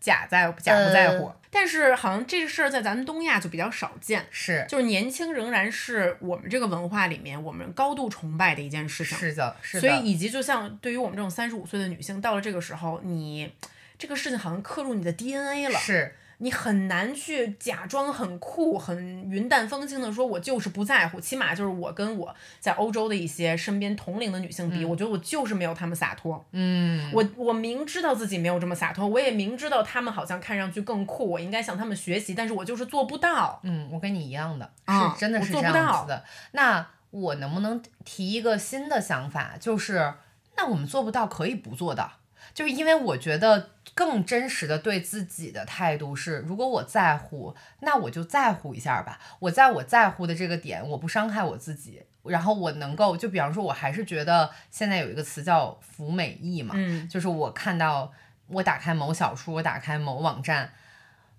B: 假在乎假不在乎。
C: 呃
B: 但是好像这个事儿在咱们东亚就比较少见，
C: 是
B: 就是年轻仍然是我们这个文化里面我们高度崇拜的一件事情。
C: 是的，是
B: 所
C: 的，
B: 以以及就像对于我们这种三十五岁的女性，到了这个时候，你这个事情好像刻入你的 DNA 了，
C: 是
B: 你很难去假装很酷、很云淡风轻的说，我就是不在乎。起码就是我跟我在欧洲的一些身边同龄的女性比，我觉得我就是没有她们洒脱。
C: 嗯，
B: 我我明知道自己没有这么洒脱，我也明知道她们好像看上去更酷，我应该向她们学习，但是我就是做不到。
C: 嗯，我跟你一样的，
B: 啊
C: 是真的
B: 我
C: 是
B: 做
C: 这
B: 不到
C: 样子的。那我能不能提一个新的想法，就是那我们做不到可以不做到，就是因为我觉得更真实的对自己的态度是，如果我在乎，那我就在乎一下吧。我在我在乎的这个点，我不伤害我自己，然后我能够就比方说，我还是觉得现在有一个词叫“服美役”嘛，
B: 嗯
C: 就是我看到我打开某小说，我打开某网站，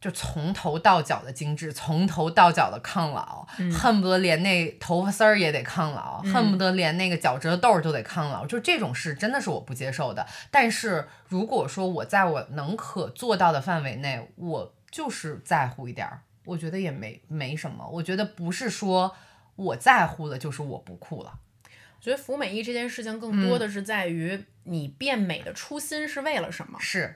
C: 就从头到脚的精致，从头到脚的抗老，恨不得连那头发丝儿也得抗老，恨不得连那个脚趾头豆儿都得抗老，就这种事真的是我不接受的。但是如果说我在我能可做到的范围内，我就是在乎一点儿，我觉得也没没什么。我觉得不是说我在乎了就是我不酷了。
B: 我觉得服美役这件事情更多的是在于你变美的初心是为了什么？
C: 是，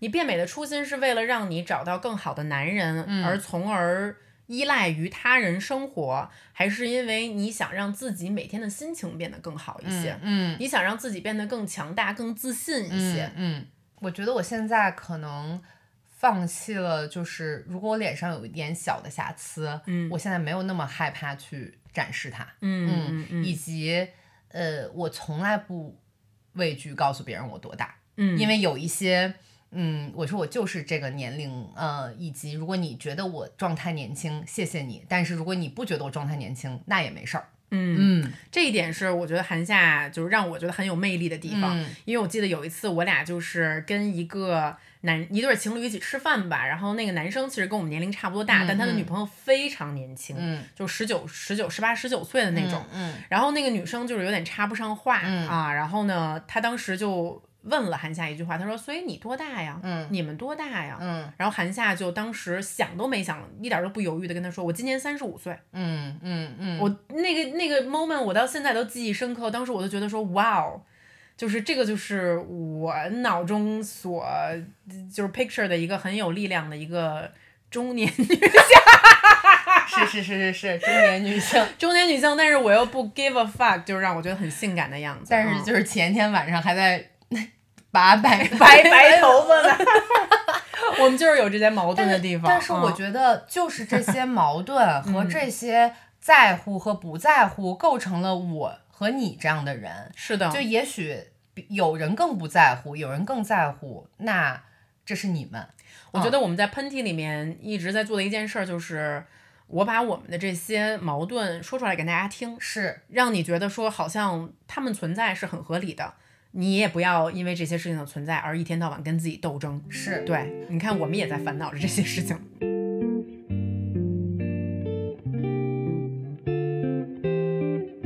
B: 你变美的初心是为了让你找到更好的男人，
C: 嗯
B: 而从而依赖于他人生活，还是因为你想让自己每天的心情变得更好一些？
C: 嗯，
B: 你想让自己变得更强大、更自信一些
C: 嗯？嗯，我觉得我现在可能放弃了，就是如果我脸上有一点小的瑕疵，
B: 嗯
C: 我现在没有那么害怕去展示它，
B: 嗯嗯
C: 以及呃，我从来不畏惧告诉别人我多大，
B: 嗯，
C: 因为有一些。嗯，我说我就是这个年龄，呃，以及如果你觉得我状态年轻，谢谢你；但是如果你不觉得我状态年轻，那也没事儿。
B: 嗯
C: 嗯
B: 这一点是我觉得韩夏就是让我觉得很有魅力的地方，
C: 嗯
B: 因为我记得有一次我俩就是跟一个男一对情侣一起吃饭吧，然后那个男生其实跟我们年龄差不多大，
C: 嗯
B: 但他的
C: 嗯
B: 女朋友非常年轻，
C: 嗯，
B: 就十九、十九、十八、十九岁的那种。
C: 嗯，
B: 然后那个女生就是有点插不上话、
C: 嗯
B: 啊，然后呢，她当时就问了韩夏一句话，她说：“所以你多大呀？
C: 嗯
B: 你们多大呀？”
C: 嗯
B: 然后韩夏就当时想都没想，一点都不犹豫的跟她说：“我今年三十五岁。”
C: 嗯嗯嗯，
B: 我那个那个 moment 我到现在都记忆深刻，当时我就觉得说，哇哦，就是这个就是我脑中所就是 picture 的一个很有力量的一个中年
C: 是是是是是，中年 女性。
B: 中年女性，但是我又不 give a fuck，就是让我觉得很性感的样子。啊
C: 但是就是前一天晚上还在 拔白
B: 嗯白白头 发呢， 我们就是有这些矛盾的地方。嗯
C: 但是我
B: 得，
C: 觉得就是 这些矛盾和这些在乎和不在乎，构成了我和你这样的人。
B: 是的，嗯
C: 就也许有人更不在乎，有人更在乎，那这是你们。
B: 我觉得我们在喷嚏里面一直在做的一件事儿就是。我把我们的这些矛盾说出来给大家听，
C: 是，
B: 让你觉得说好像他们存在是很合理的，你也不要因为这些事情的存在而一天到晚跟自己斗争。
C: 是
B: 对，你看我们也在烦恼着这些事 情。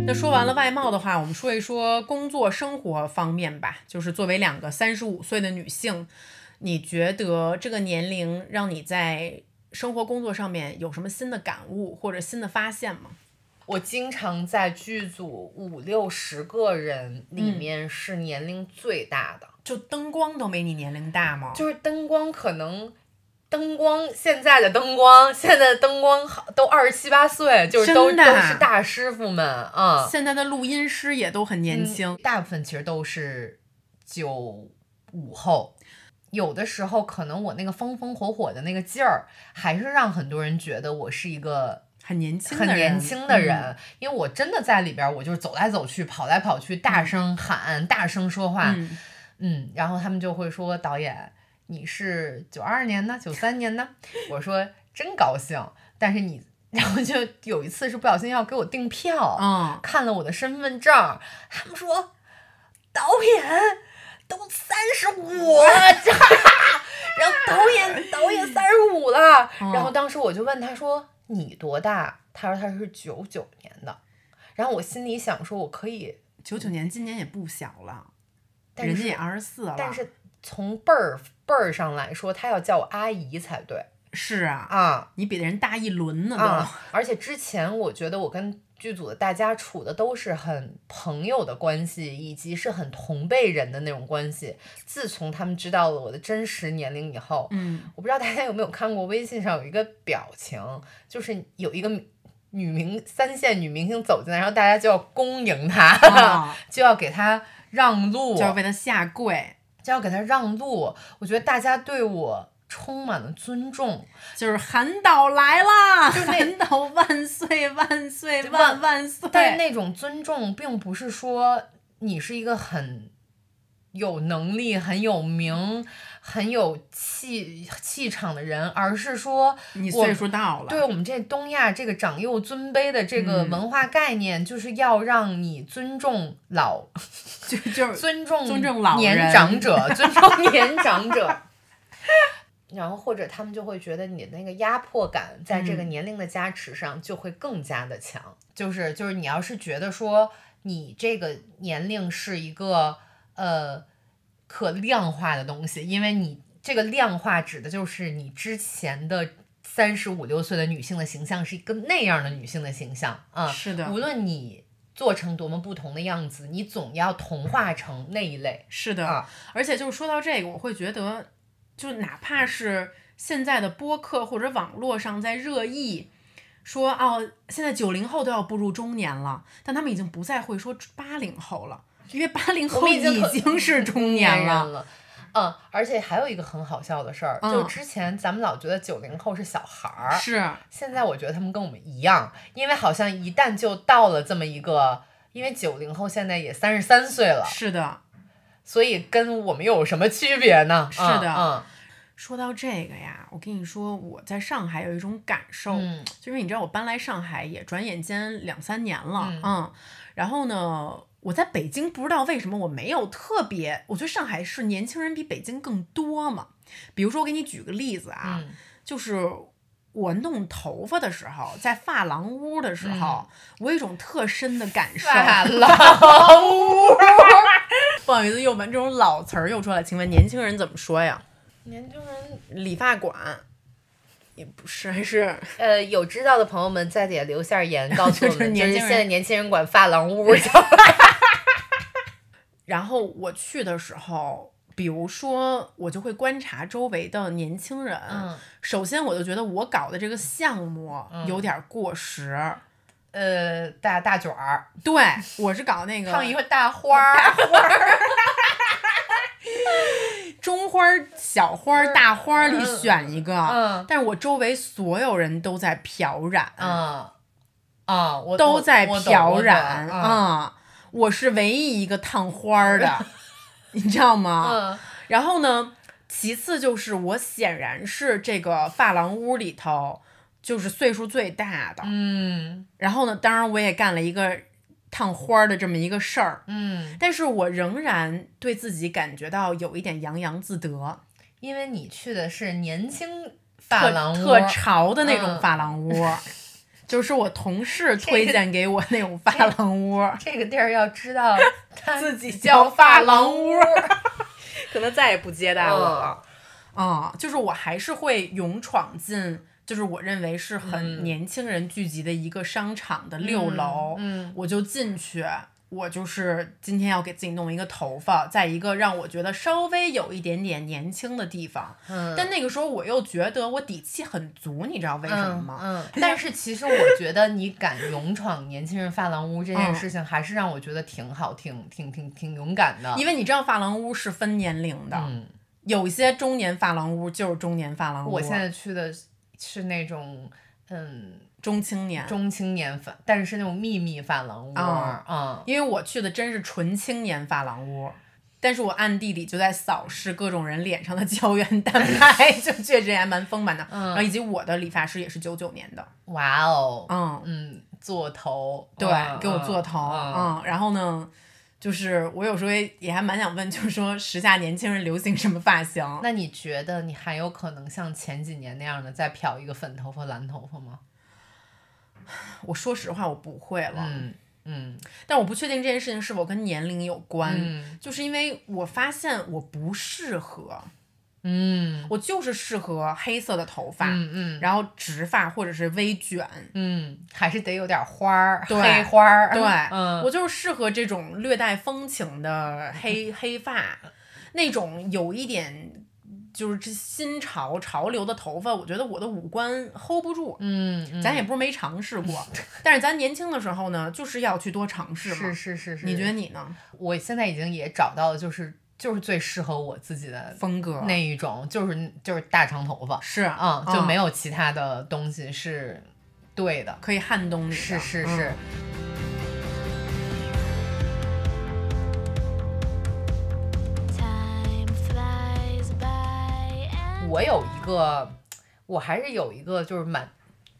B: 那说完了外貌的话，我们说一说工作生活方面吧。就是作为两个三十五岁的女性，你觉得这个年龄让你在生活工作上面有什么新的感悟或者新的发现吗？
C: 我经常在剧组五六十个人
B: 嗯
C: 里面是年龄最大的。
B: 就灯光都没你年龄大吗？
C: 就是灯光可能。灯光现在的灯光，现在的灯光好都二十七八岁，就是都
B: 真
C: 都
B: 的啊
C: 是大师傅们啊。
B: 现在的录音师也都很年轻，
C: 大部分其实都是九五后，有的时候可能我那个风风火火的那个劲儿，还是让很多人觉得我是一个
B: 很年轻的
C: 很
B: 人，
C: 年轻的人，
B: 嗯
C: 因为我真的在里边儿，我就是走来走去，跑来跑去，大声喊，大声说话，
B: 嗯
C: 嗯，然后他们就会说导演你是九二年呢，九三年呢？ 我说真高兴，但是你，然后就有一次是不小心要给我订票，
B: 嗯
C: 看了我的身份证儿，他们说导演都三十 五了，这然后导演导演三十五了，
B: 嗯
C: 然后当时我就问他说你多大？他说他是九九年的，然后我心里想说我可以，
B: 九九年今年也不小了，
C: 但
B: 人
C: 是
B: 家也二十四了，
C: 但是从辈儿辈儿上来说，他要叫我阿姨才对
B: 是啊，
C: 啊
B: 你比人大一轮呢都，
C: 啊！而且之前我觉得我跟剧组的大家处的都是很朋友的关系，以及是很同辈人的那种关系。自从他们知道了我的真实年龄以后，
B: 嗯，
C: 我不知道大家有没有看过微信上有一个表情，就是有一个女明三线女明星走进来，然后大家就要恭迎她，
B: 啊
C: 就要给她让路，
B: 就要为他下跪，
C: 就要给他让路。我觉得大家对我充满了尊重，
B: 就是韩导来啦，
C: 就是那
B: 韩导万岁万岁
C: 对
B: 万
C: 万
B: 万岁！
C: 但是那种尊重并不是说你是一个很有能力、很有名、很有气气场的人，而是说
B: 你
C: 我
B: 岁数到了，
C: 对我们这东亚这个长幼尊卑的这个
B: 嗯
C: 文化概念，就是要让你尊重老、
B: 就就是
C: 尊重
B: 尊重老人
C: 年长 者、尊重年长者。然后或者他们就会觉得你那个压迫感在这个
B: 嗯
C: 年龄的加持上就会更加的强，就是就是你要是觉得说你这个年龄是一个呃可量化的东西，因为你这个量化指的就是你之前的三十五六岁的女性的形象是一个那样的女性的形象啊，
B: 是的
C: 无论你做成多么不同的样子，你总要同化成那一类
B: 是的，
C: 啊。
B: 而且就是说到这个，我会觉得，就哪怕是现在的播客或者网络上在热议说哦，现在九零后都要步入中年了，但他们已经不再会说八零后了，因为八零
C: 我
B: 后
C: 们已
B: 已
C: 经可
B: 经是中年
C: 年
B: 了。
C: 了。嗯，而且还有一个很好笑的事儿，
B: 嗯
C: 就之前咱们老觉得九零后是小孩儿，
B: 是，
C: 现在我觉得他们跟我们一样，因为好像一旦就到了这么一个，因为九零后现在也三十三岁了，
B: 是的，
C: 所以跟我们又有什么区别呢？
B: 是的
C: 嗯
B: 说到这个呀，我跟你说，我在上海有一种感受，
C: 嗯
B: 就因为你知道我搬来上海也转眼间两三年了，嗯
C: 嗯
B: 然后呢，我在北京不知道为什么我没有特别，我觉得上海是年轻人比北京更多嘛。比如说，我给你举个例子啊，
C: 嗯
B: 就是。我弄头发的时候，在发廊屋的时候，我有一种特深的感 受。
C: 发廊屋，
B: 不好意思，又把这种老词儿又出来，请问年轻人怎么说呀？
C: 年轻人，
B: 理发馆，也不是，还是
C: 呃，有知道的朋友们在底下留下言，告诉我
B: 就是
C: 们，就
B: 年轻人
C: 是现在年轻人管发廊屋叫，
B: 然后我去的时候，比如说我就会观察周围的年轻人。
C: 嗯，
B: 首先，我就觉得我搞的这个项目有点过时。
C: 呃，大大卷儿，
B: 对，我是搞那个
C: 烫一个大花儿，
B: 中花儿、小花儿、大花儿里选一个。
C: 嗯
B: 但是我周围所有人都在漂染，
C: 嗯啊，我
B: 都在漂染
C: 啊，
B: 啊、我是唯一一个烫花儿 的，你知道吗？
C: 嗯
B: 然后呢，其次就是我显然是这个发廊屋里头就是岁数最大的。
C: 嗯
B: 然后呢，当然我也干了一个烫花儿的这么一个事儿，
C: 嗯，
B: 但是我仍然对自己感觉到有一点洋洋自得，
C: 因为你去的是年轻
B: 特
C: 发廊屋，
B: 特潮的那种
C: 嗯
B: 发廊 屋。就是我同事推荐给我那种发廊 屋，
C: 这个地儿要知 道它
B: 自己
C: 叫
B: 叫发
C: 发
B: 廊
C: 廊
B: 屋嗯
C: 屋，
B: 可能再也不接待
C: 我了。
B: 啊、就是我还是会勇闯进，就是我认为是很
C: 嗯
B: 年轻人聚集的一个商场的六楼，
C: 嗯
B: 我就进去。我就是今天要给自己弄一个头发，在一个让我觉得稍微有一点点年轻的地方，
C: 嗯，
B: 但那个时候我又觉得我底气很足，你知道为什么吗？
C: 嗯，嗯但是其实我觉得你敢勇闯年轻人发廊屋这件事情，还是让我觉得挺好，挺挺挺挺勇敢的。
B: 因为你知道发廊屋是分年龄的，
C: 嗯，
B: 有一些中年发廊屋就是中年发廊屋，
C: 我现在去的是那种嗯
B: 中青年，
C: 中青年发，但是是那种秘密发廊屋
B: 啊
C: 啊、
B: 因为我去的真是纯青年发廊屋，但是我暗地里就在扫视各种人脸上的胶原蛋白， 就确实还蛮丰满的。
C: 嗯
B: 然后以及我的理发师也是九九年的，
C: 哇哦，
B: 嗯，
C: 嗯，做头，
B: 对，
C: 嗯
B: 给我做头，
C: 嗯
B: 嗯然后呢，就是我有时候也也还蛮想问，就是说时下年轻人流行什么发型？
C: 那你觉得你还有可能像前几年那样的再漂一个粉头发、蓝头发吗？
B: 我说实话，我不会了，
C: 嗯嗯
B: 但我不确定这件事情是否跟年龄有关，
C: 嗯
B: 就是因为我发现我不适合，
C: 嗯
B: 我就是适合黑色的头发。
C: 嗯嗯
B: 然后直发或者是微卷，
C: 嗯，还是得有点花儿，
B: 对
C: 黑花儿，
B: 对、
C: 嗯
B: 我就是适合这种略带风情的黑 黑发，那种有一点就是这新潮潮流的头发，我觉得我的五官 hold 不住。
C: 嗯嗯，
B: 咱也不是没尝试 过，但是咱年轻的时候呢，就是要去多尝试嘛。
C: 是是是是，
B: 你觉得你呢？
C: 我现在已经也找到了，就是就是最适合我自己的
B: 风格
C: 那一种，就是就是大长头发，
B: 是啊
C: 嗯，就没
B: 有
C: 有其他的东西是对的。
B: 可以撼动你的，
C: 是是
B: 嗯
C: 是。
D: Time flies by and
C: 嗯我有一个，我还是有一个，就是蛮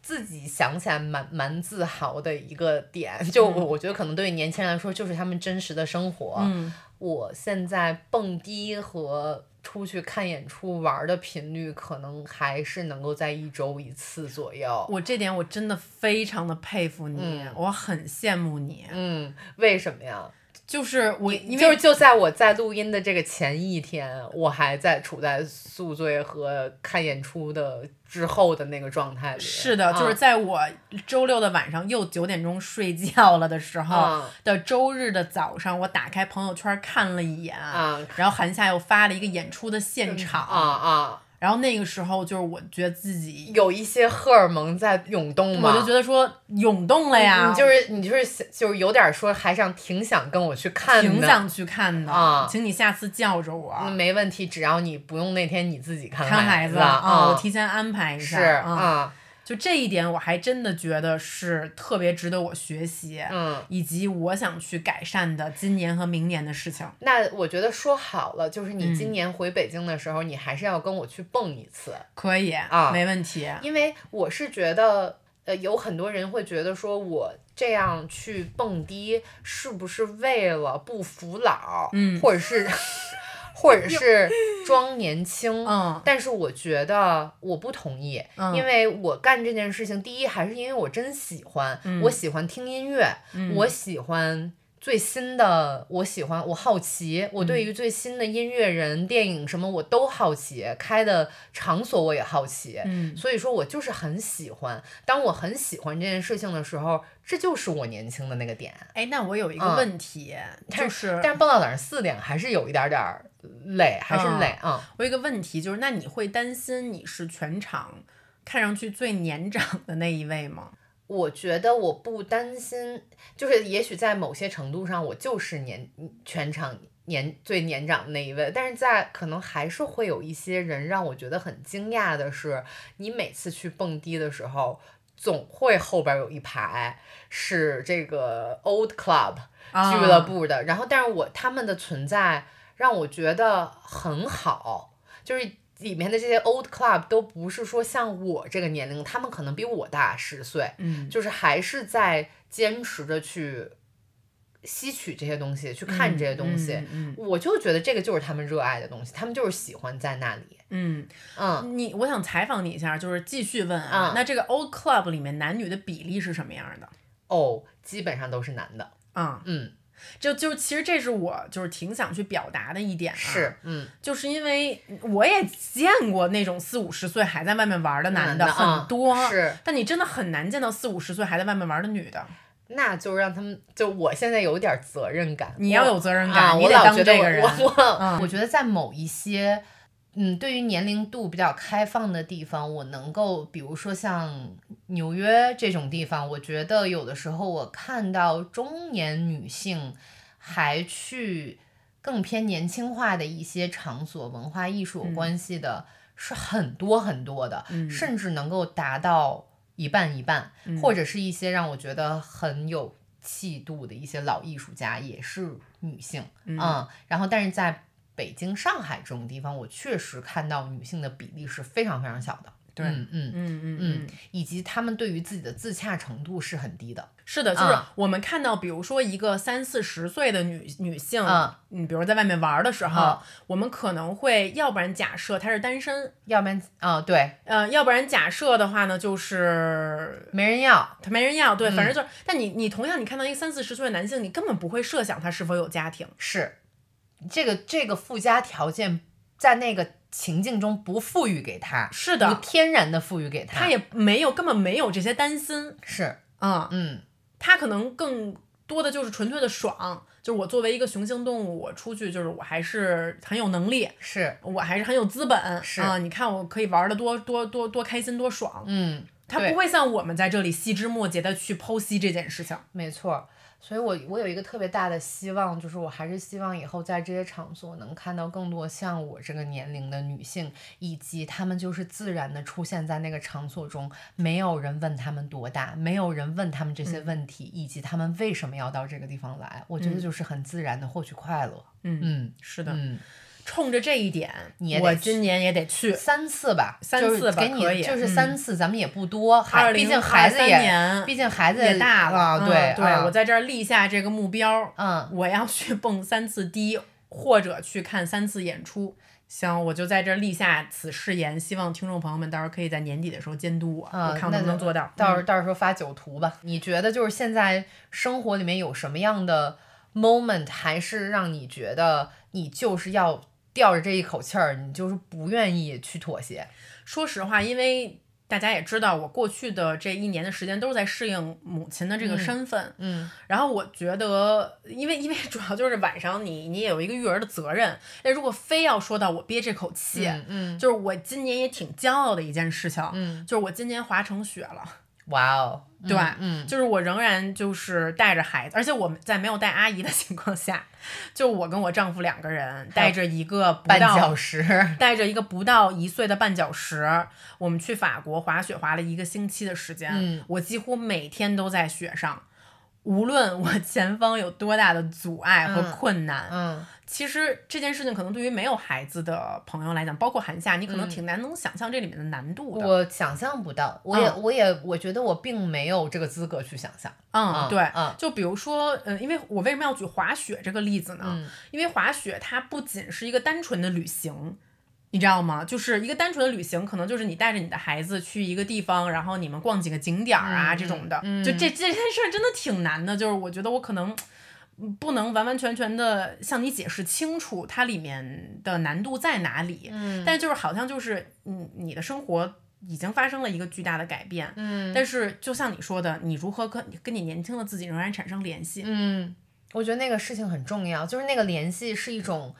C: 自己想起来蛮蛮自豪的一个点，就我我觉得可能对于年轻人来说，就是他们真实的生活。
B: 嗯，
C: 我现在蹦迪和出去看演出玩的频率，可能还是能够在一周一次左右。
B: 我这点我真的非常的佩服你，
C: 嗯
B: 我很羡慕你。
C: 嗯，为什么呀？
B: 就是我，因为
C: 就是就在我在录音的这个前一天，我还在处在宿醉和看演出的之后的那个状态里。
B: 是的，就是
C: 嗯
B: 在我周六的晚上又九点钟睡觉了的时候、
C: 嗯
B: 的周日的早上，我打开朋友圈看了一眼，
C: 啊
B: 然后韩夏又发了一个演出的现场，
C: 啊啊！
B: 然后那个时候就是我觉得自己，
C: 有一些荷尔蒙在涌动
B: 我
C: 嘛，
B: 就觉得说涌动了呀，
C: 你嗯就是你就是想就是有点说还想挺想跟我去看的，
B: 挺想去看的，
C: 啊
B: 请你下次叫着我。
C: 嗯没问题，只要你不用那天你自己看
B: 啊看
C: 孩
B: 子嗯
C: 啊，
B: 我提前安排一下。
C: 是
B: 啊，
C: 啊
B: 就这一点，我还真的觉得是特别值得我学习，
C: 嗯。
B: 以及我想去改善的今年和明年的事情。
C: 那我觉得说好了，就是你
B: 嗯
C: 今年回北京的时候，你还是要跟我去蹦一次，
B: 可以
C: 啊
B: 没问题。
C: 因为我是觉得，呃，有很多人会觉得说我这样去蹦迪是不是为了不服老，
B: 嗯
C: 或者是 或者是装年轻，
B: 嗯
C: 但是我觉得我不同意，
B: 嗯，
C: 因为我干这件事情，第一还是因为我真喜欢，
B: 嗯
C: 我喜欢听音乐，
B: 嗯
C: 我喜欢。最新的，我喜欢，我好奇，我对
B: 嗯
C: 于最新的音乐人、电影什么我都好奇，开的场所我也好奇，
B: 嗯
C: 所以说我就是很喜欢。当我很喜欢这件事情的时候，这就是我年轻的那个点。
B: 哎，那我有一个
C: 嗯
B: 问题，就是
C: 但是蹦到早上四点还是有一点点儿累，还是
B: 嗯
C: 累啊、
B: 我有一个问题，就是那你会担心你是全场看上去最年长的那一位吗？
C: 我觉得我不担心，就是也许在某些程度上，我就是年全场年最年长的那一位，但是在可能还是会有一些人让我觉得很惊讶的是，你每次去蹦迪的时候，总会后边有一排是这个 old club，
B: 啊
C: 俱乐，部的。然后，但是我他们的存在让我觉得很好，就是里面的这些 old club 都不是说像我这个年龄，他们可能比我大十岁，
B: 嗯，
C: 就是还是在坚持着去吸取这些东西，去看这些东西。
B: 嗯
C: 我就觉得这个就是他们热爱的东西，他们就是喜欢在那里。
B: 嗯
C: 嗯，
B: 嗯，你我想采访你一下，就是继续问啊，
C: 嗯
B: 那这个 old club 里面男女的比例是什么样的？
C: 哦，基本上都是男的。
B: 啊、
C: 嗯，
B: 就就其实这是我就是挺想去表达的一点、啊，
C: 是，，嗯，
B: 就是因为我也见过那种四五十岁还在外面玩的男的
C: 男的啊
B: 很多，
C: 是
B: 但你真的很难见到四五十岁还在外面玩的女的，
C: 那就让他们，就我现在有点责任感，
B: 你
C: 我
B: 要有责任感，
C: 啊，
B: 你
C: 我
B: 得
C: 老
B: 当
C: 觉得
B: 这
C: 我
B: 个人。
C: 我我、
B: 嗯
C: 我觉得在某一些。嗯，对于年龄度比较开放的地方，我能够，比如说像纽约这种地方，我觉得有的时候我看到中年女性还去更偏年轻化的一些场所、文化艺术有关系的，是很多很多的，
B: 嗯
C: 甚至能够达到一半一半，
B: 嗯
C: 或者是一些让我觉得很有气度的一些老艺术家，也是女性，
B: 嗯
C: 然后但是在北京、上海这种地方，我确实看到女性的比例是非常非常小的，
B: 对
C: 嗯嗯，
B: 嗯嗯
C: 嗯，以及她们对于自己的自洽程度是很低的，
B: 是的，就是
C: 啊
B: 我们看到，比如说一个三四十岁的女女性
C: 啊，
B: 嗯，比如在外面玩的时候
C: 啊，
B: 我们可能会，要不然假设她是单身，
C: 要不然啊、对，
B: 呃，要不然假设的话呢，就是
C: 没人要，
B: 他没人要，对，
C: 嗯
B: 反正就是，但你你同样你看到一个三四十岁的男性，你根本不会设想他是否有家庭，
C: 是这个这个附加条件在那个情境中不赋予给她，
B: 是
C: 你
B: 的，
C: 天然的赋予给她，
B: 他也没有根本没有这些担心，
C: 是，
B: 嗯，
C: 嗯。
B: 他可能更多的就是纯粹的爽，就是我作为一个雄性动物，我出去就是我还是很有能力，
C: 是，
B: 我还是很有资本，
C: 是
B: 啊，你看我可以玩的多多多多开心多爽，
C: 嗯，
B: 他
C: 对
B: 不会像我们在这里细枝末节的去剖析这件事情，
C: 没错。所以我我有一个特别大的希望，就是我还是希望以后在这些场所能看到更多像我这个年龄的女性，以及她们就是自然的出现在那个场所中，没有人问她们多大，没有人问她们这些问题，以及她们为什么要到这个地方来。我觉得
B: 嗯
C: 就是很自然的获取快乐。
B: 嗯，
C: 嗯
B: 是的，
C: 嗯，
B: 冲着这一点
C: 你也，得
B: 我
C: 去
B: 今年也得去。
C: 三次吧，
B: 三
C: 就是
B: 次吧
C: 给你
B: 可以
C: 就是
B: 嗯
C: 三次，咱们也不多，
B: 二
C: 孩
B: 零
C: 哎毕竟孩子
B: 三
C: 也
B: 年
C: 毕竟孩子
B: 也大了，
C: 啊，
B: 嗯
C: 对
B: 对，
C: 啊
B: 我在这儿立下这个目标，
C: 嗯。
B: 我要去蹦三次迪，或者去看三次演出。行，我就在这儿立下此誓言，希望听众朋友们到时候可以在年底的时候监督我，
C: 啊，
B: 我看我能不能做到。
C: 到时
B: 嗯
C: 到时候发九图吧。你觉得就是现在生活里面有什么样的 moment，还是让你觉得你就是要吊着这一口气儿，你就是不愿意去妥协？
B: 说实话，因为大家也知道，我过去的这一年的时间都是在适应母亲的这个
C: 嗯
B: 身份，
C: 嗯
B: 然后我觉得，因为因为主要就是晚上你你也有一个育儿的责任，那如果非要说到我憋这口气，
C: 嗯嗯
B: 就是我今年也挺骄傲的一件事情，
C: 嗯，
B: 就是我今年滑成雪了，
C: 哇哦，嗯
B: 对
C: 嗯
B: 就是我仍然就是带着孩子，而且 我们在没有带阿姨的情况下， 就我跟我丈夫两个人带着一个不
C: 半
B: 到
C: 小时，
B: 带着一个不到一岁的绊脚石，我们去法国滑雪，滑了一个星期的时间。
C: 嗯
B: 我几乎每天都在雪上，无论我前方有多大的阻碍和
C: 嗯
B: 困难。
C: 嗯
B: 其实这件事情可能对于没有孩子的朋友来讲，包括韩夏，你可能
C: 嗯
B: 挺难能想象这里面的难度的。
C: 我想象不到，我也
B: 嗯
C: 我也我觉得我并没有这个资格去想象。
B: 嗯，对。
C: 嗯
B: 就比如说，嗯，因为我为什么要举滑雪这个例子呢？
C: 嗯
B: 因为滑雪它不仅是一个单纯的旅行，你知道吗？就是一个单纯的旅行，可能就是你带着你的孩子去一个地方，然后你们逛几个景点儿啊、
C: 嗯
B: 这种的。
C: 嗯
B: 就这这件事儿真的挺难的，就是我觉得我可能。嗯不能完完全全的向你解释清楚它里面的难度在哪里，
C: 嗯
B: 但就是好像就是你你的生活已经发生了一个巨大的改变，
C: 嗯
B: 但是就像你说的，你如何跟跟你年轻的自己仍然产生联系？
C: 嗯，我觉得那个事情很重要，就是那个联系是一种，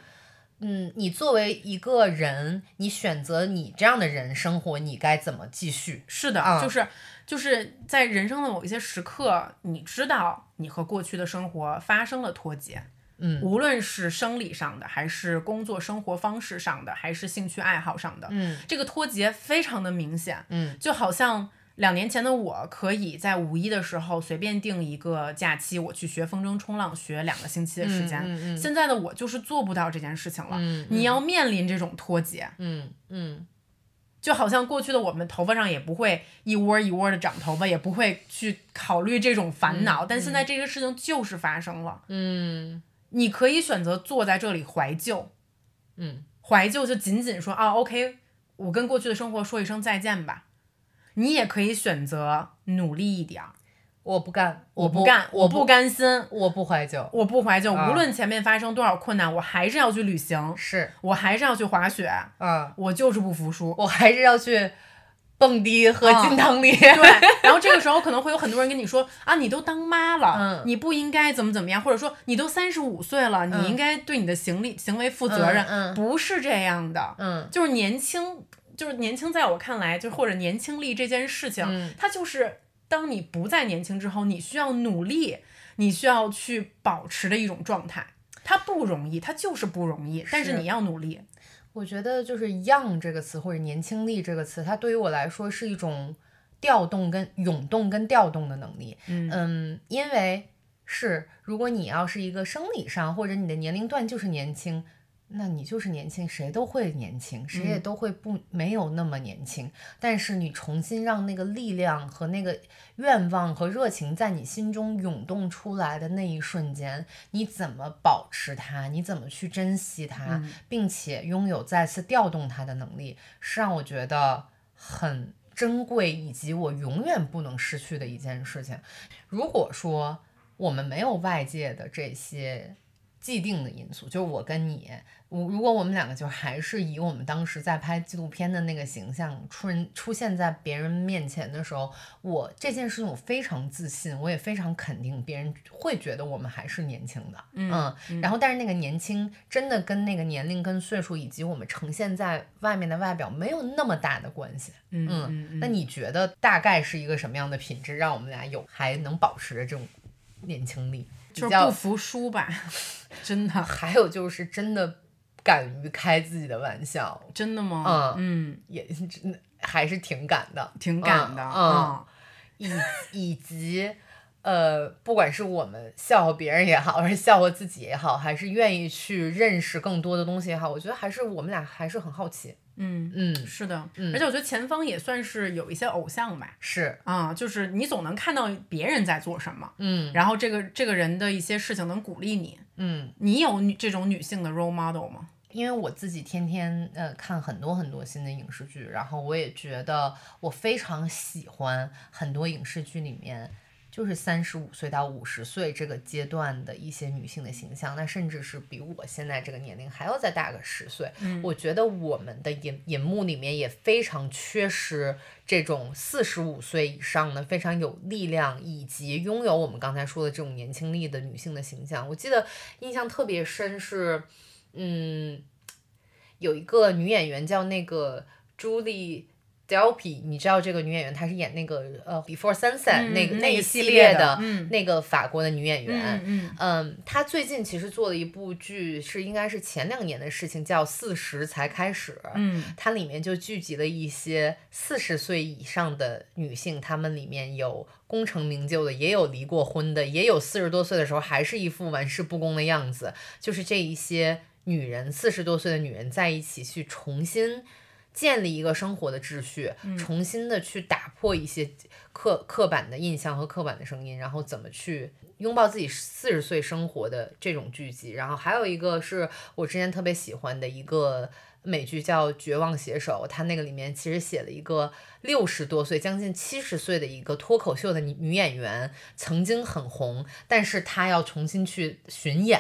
C: 嗯，你作为一个人，你选择你这样的人生活，你该怎么继续？
B: 是的，
C: 啊
B: 就是就是在人生的某一些时刻，你知道你和过去的生活发生了脱节，
C: 嗯
B: 无论是生理上的，还是工作生活方式上的，还是兴趣爱好上的，
C: 嗯
B: 这个脱节非常的明显，
C: 嗯
B: 就好像。两年前的我可以在五一的时候随便定一个假期，我去学风筝冲浪，学两个星期的时间。
C: 嗯嗯嗯
B: 现在的我就是做不到这件事情了。
C: 嗯
B: 你要面临这种脱节，
C: 嗯嗯
B: 就好像过去的我们头发上也不会一窝一窝的长头发，也不会去考虑这种烦恼，但现在这个事情就是发生了。
C: 嗯
B: 你可以选择坐在这里怀旧，
C: 嗯，
B: 怀旧就仅仅说啊，OK，我跟过去的生活说一声再见吧。你也可以选择努力一点儿，
C: 我不干，
B: 我
C: 不
B: 不干，
C: 我
B: 我不，甘心，
C: 我不怀旧，
B: 我不怀旧，
C: 啊
B: 无论前面发生多少困难，我还是要去旅行，
C: 是
B: 我还是要去滑雪，
C: 啊，
B: 我就是不服输。
C: 我还是要去蹦迪和
B: 啊
C: 金汤力。
B: 对，然后这个时候可能会有很多人跟你说啊，你都当妈了，
C: 嗯
B: 你不应该怎么怎么样，或者说你都三十五岁了，
C: 嗯
B: 你应该对你的行为行为负责任，
C: 嗯嗯
B: 不是这样的，
C: 嗯
B: 就是年轻，就是年轻，在我看来，就或者年轻力这件事情，
C: 嗯
B: 它就是当你不再年轻之后，你需要努力，你需要去保持的一种状态。它不容易，它就是不容易，但是
C: 是
B: 你要努力。
C: 我觉得就是 “young” 这个词或者“年轻力”这个词，它对于我来说是一种调动跟涌动跟调动的能力。
B: 嗯
C: 嗯，因为是如果你要是一个生理上或者你的年龄段就是年轻，那你就是年轻，谁都会年轻，谁也
B: 嗯
C: 都会不、没有那么年轻。但是你重新让那个力量和那个愿望和热情在你心中涌动出来的那一瞬间，你怎么保持它？你怎么去珍惜它，
B: 嗯
C: 并且拥有再次调动它的能力，是让我觉得很珍贵以及我永远不能失去的一件事情。如果说我们没有外界的这些既定的因素，就是我跟你，我如果我们两个就还是以我们当时在拍纪录片的那个形象出人出现在别人面前的时候，我这件事情我非常自信，我也非常肯定别人会觉得我们还是年轻的，
B: 嗯
C: 然后但是那个年轻真的跟那个年龄跟岁数以及我们呈现在外面的外表没有那么大的关系，
B: 嗯
C: 那你觉得大概是一个什么样的品质，让我们俩有还能保持着这种年轻力，比
B: 就是
C: 较
B: 不服输吧， 真的，
C: 还有就是真的敢于开自己的玩笑，
B: 真的吗？嗯，
C: 也真的还是挺敢的，
B: 挺敢的
C: 嗯
B: 啊，
C: 以以及呃，不管是我们笑话别人也好，还是笑话自己也好，还是愿意去认识更多的东西也好，我觉得还是我们俩还是很好奇。
B: 嗯，
C: 嗯，
B: 是的，
C: 嗯
B: 而且我觉得前方也算是有一些偶像吧，
C: 是，
B: 啊、就是你总能看到别人在做什么，
C: 嗯
B: 然后这个这个人的一些事情能鼓励你。
C: 嗯，
B: 你有女这种女性的 role model 吗？
C: 因为我自己天天呃看很多很多新的影视剧，然后我也觉得我非常喜欢很多影视剧里面。就是三十五岁到五十岁这个阶段的一些女性的形象，那甚至是比我现在这个年龄还要再大个十岁。
B: 嗯，
C: 我觉得我们的银银幕里面也非常缺失这种四十五岁以上的非常有力量以及拥有我们刚才说的这种年轻力的女性的形象。我记得印象特别深是，嗯，有一个女演员叫那个朱莉。Delpy，你知道这个女演员，她是演那个呃《Before Sunset、
B: 嗯
C: 那个
B: 那
C: 那
B: 一
C: 一
B: 系
C: 系
B: 列
C: 列
B: 的嗯
C: 那个法国的女演员，
B: 嗯嗯
C: 嗯，他最近其实做了一部剧，是应该是前两年的事情，叫《四十才开始》。
B: 嗯
C: 它里面就聚集了一些四十岁以上的女性，她们里面有功成名就的，也有离过婚的，也有四十多岁的时候还是一副玩世不恭的样子。就是这一些女人，四十多岁的女人在一起去重新建立一个生活的秩序，重新的去打破一些刻刻板的印象和刻板的声音，然后怎么去拥抱自己四十岁生活的这种剧集。然后还有一个是我之前特别喜欢的一个美剧叫《绝望写手》，它那个里面其实写了一个六十多岁、将近七十岁的一个脱口秀的女女演员，曾经很红，但是她要重新去巡演，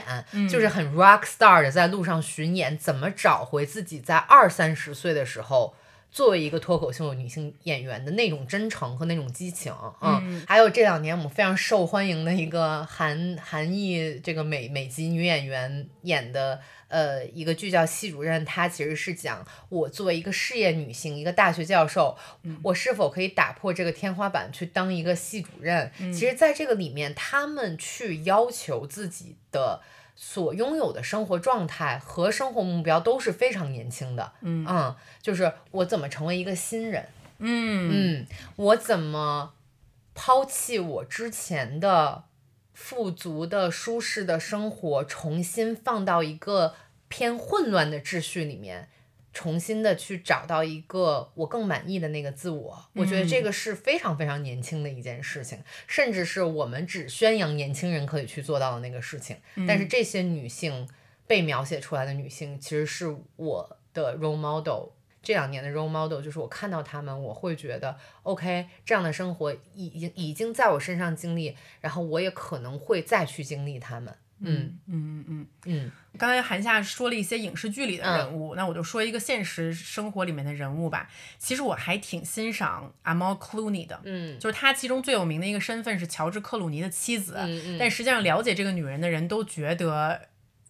C: 就是很 rock star 的在路上巡演，怎么找回自己在二三十岁的时候。作为一个脱口秀女性演员的那种真诚和那种激情，嗯，还有这两年我们非常受欢迎的一个韩韩裔这个美美籍女演员演的呃一个剧叫《系主任》，她其实是讲我作为一个事业女性，一个大学教授，我是否可以打破这个天花板去当一个系主任？其实，在这个里面，他们去要求自己的。所拥有的生活状态和生活目标都是非常年轻的，
B: 嗯
C: 嗯，就是我怎么成为一个新人，
B: 嗯
C: 嗯，我怎么抛弃我之前的富足的、舒适的生活，重新放到一个偏混乱的秩序里面，重新的去找到一个我更满意的那个自我。我觉得
B: 嗯
C: 这个是非常非常年轻的一件事情，甚至是我们只宣扬年轻人可以去做到的那个事情。但
B: 嗯
C: 是这些女性被描写出来的女性，其实是我的 role model。这两年的 role model 就是我看到她们，我会觉得 OK，这样的生活已已经已经在我身上经历，然后我也可能会再去经历她们。嗯
B: 嗯嗯。
C: 嗯
B: 刚才韩夏说了一些影视剧里的人物，那我就说一个现实生活里面的人物吧。其实我还挺欣赏 Amal Clooney 的，
C: 嗯
B: 就是他其中最有名的一个身份是乔治克鲁尼的妻子，
C: 嗯
B: 但实际上了解这个女人的人都觉得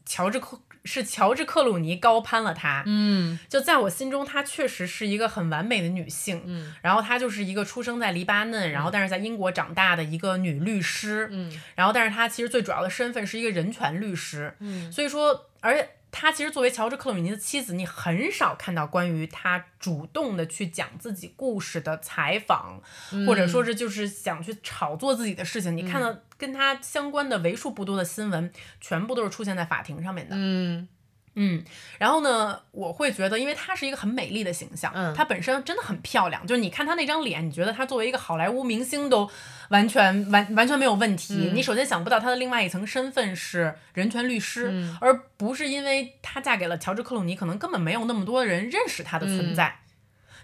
B: 乔治克是乔治克鲁尼高攀了她。
C: 嗯
B: 就在我心中，她确实是一个很完美的女性。
C: 嗯，
B: 然后她就是一个出生在黎巴嫩，然后但是在英国长大的一个女律师。
C: 嗯
B: 然后但是她其实最主要的身份是一个人权律师。
C: 嗯
B: 所以说，而且她其实作为乔治克鲁尼的妻子，你很少看到关于她主动的去讲自己故事的采访，
C: 嗯
B: 或者说是就是想去炒作自己的事情。你看到跟她相关的为数不多的新闻，全部都是出现在法庭上面的。
C: 嗯
B: 嗯，然后呢，我会觉得，因为她是一个很美丽的形象，
C: 嗯
B: 她本身真的很漂亮，就是你看她那张脸，你觉得她作为一个好莱坞明星都完全完完全没有问题。你首先想不到她的另外一层身份是人权律师，而不是因为她嫁给了乔治克鲁尼，可能根本没有那么多人认识她的存在。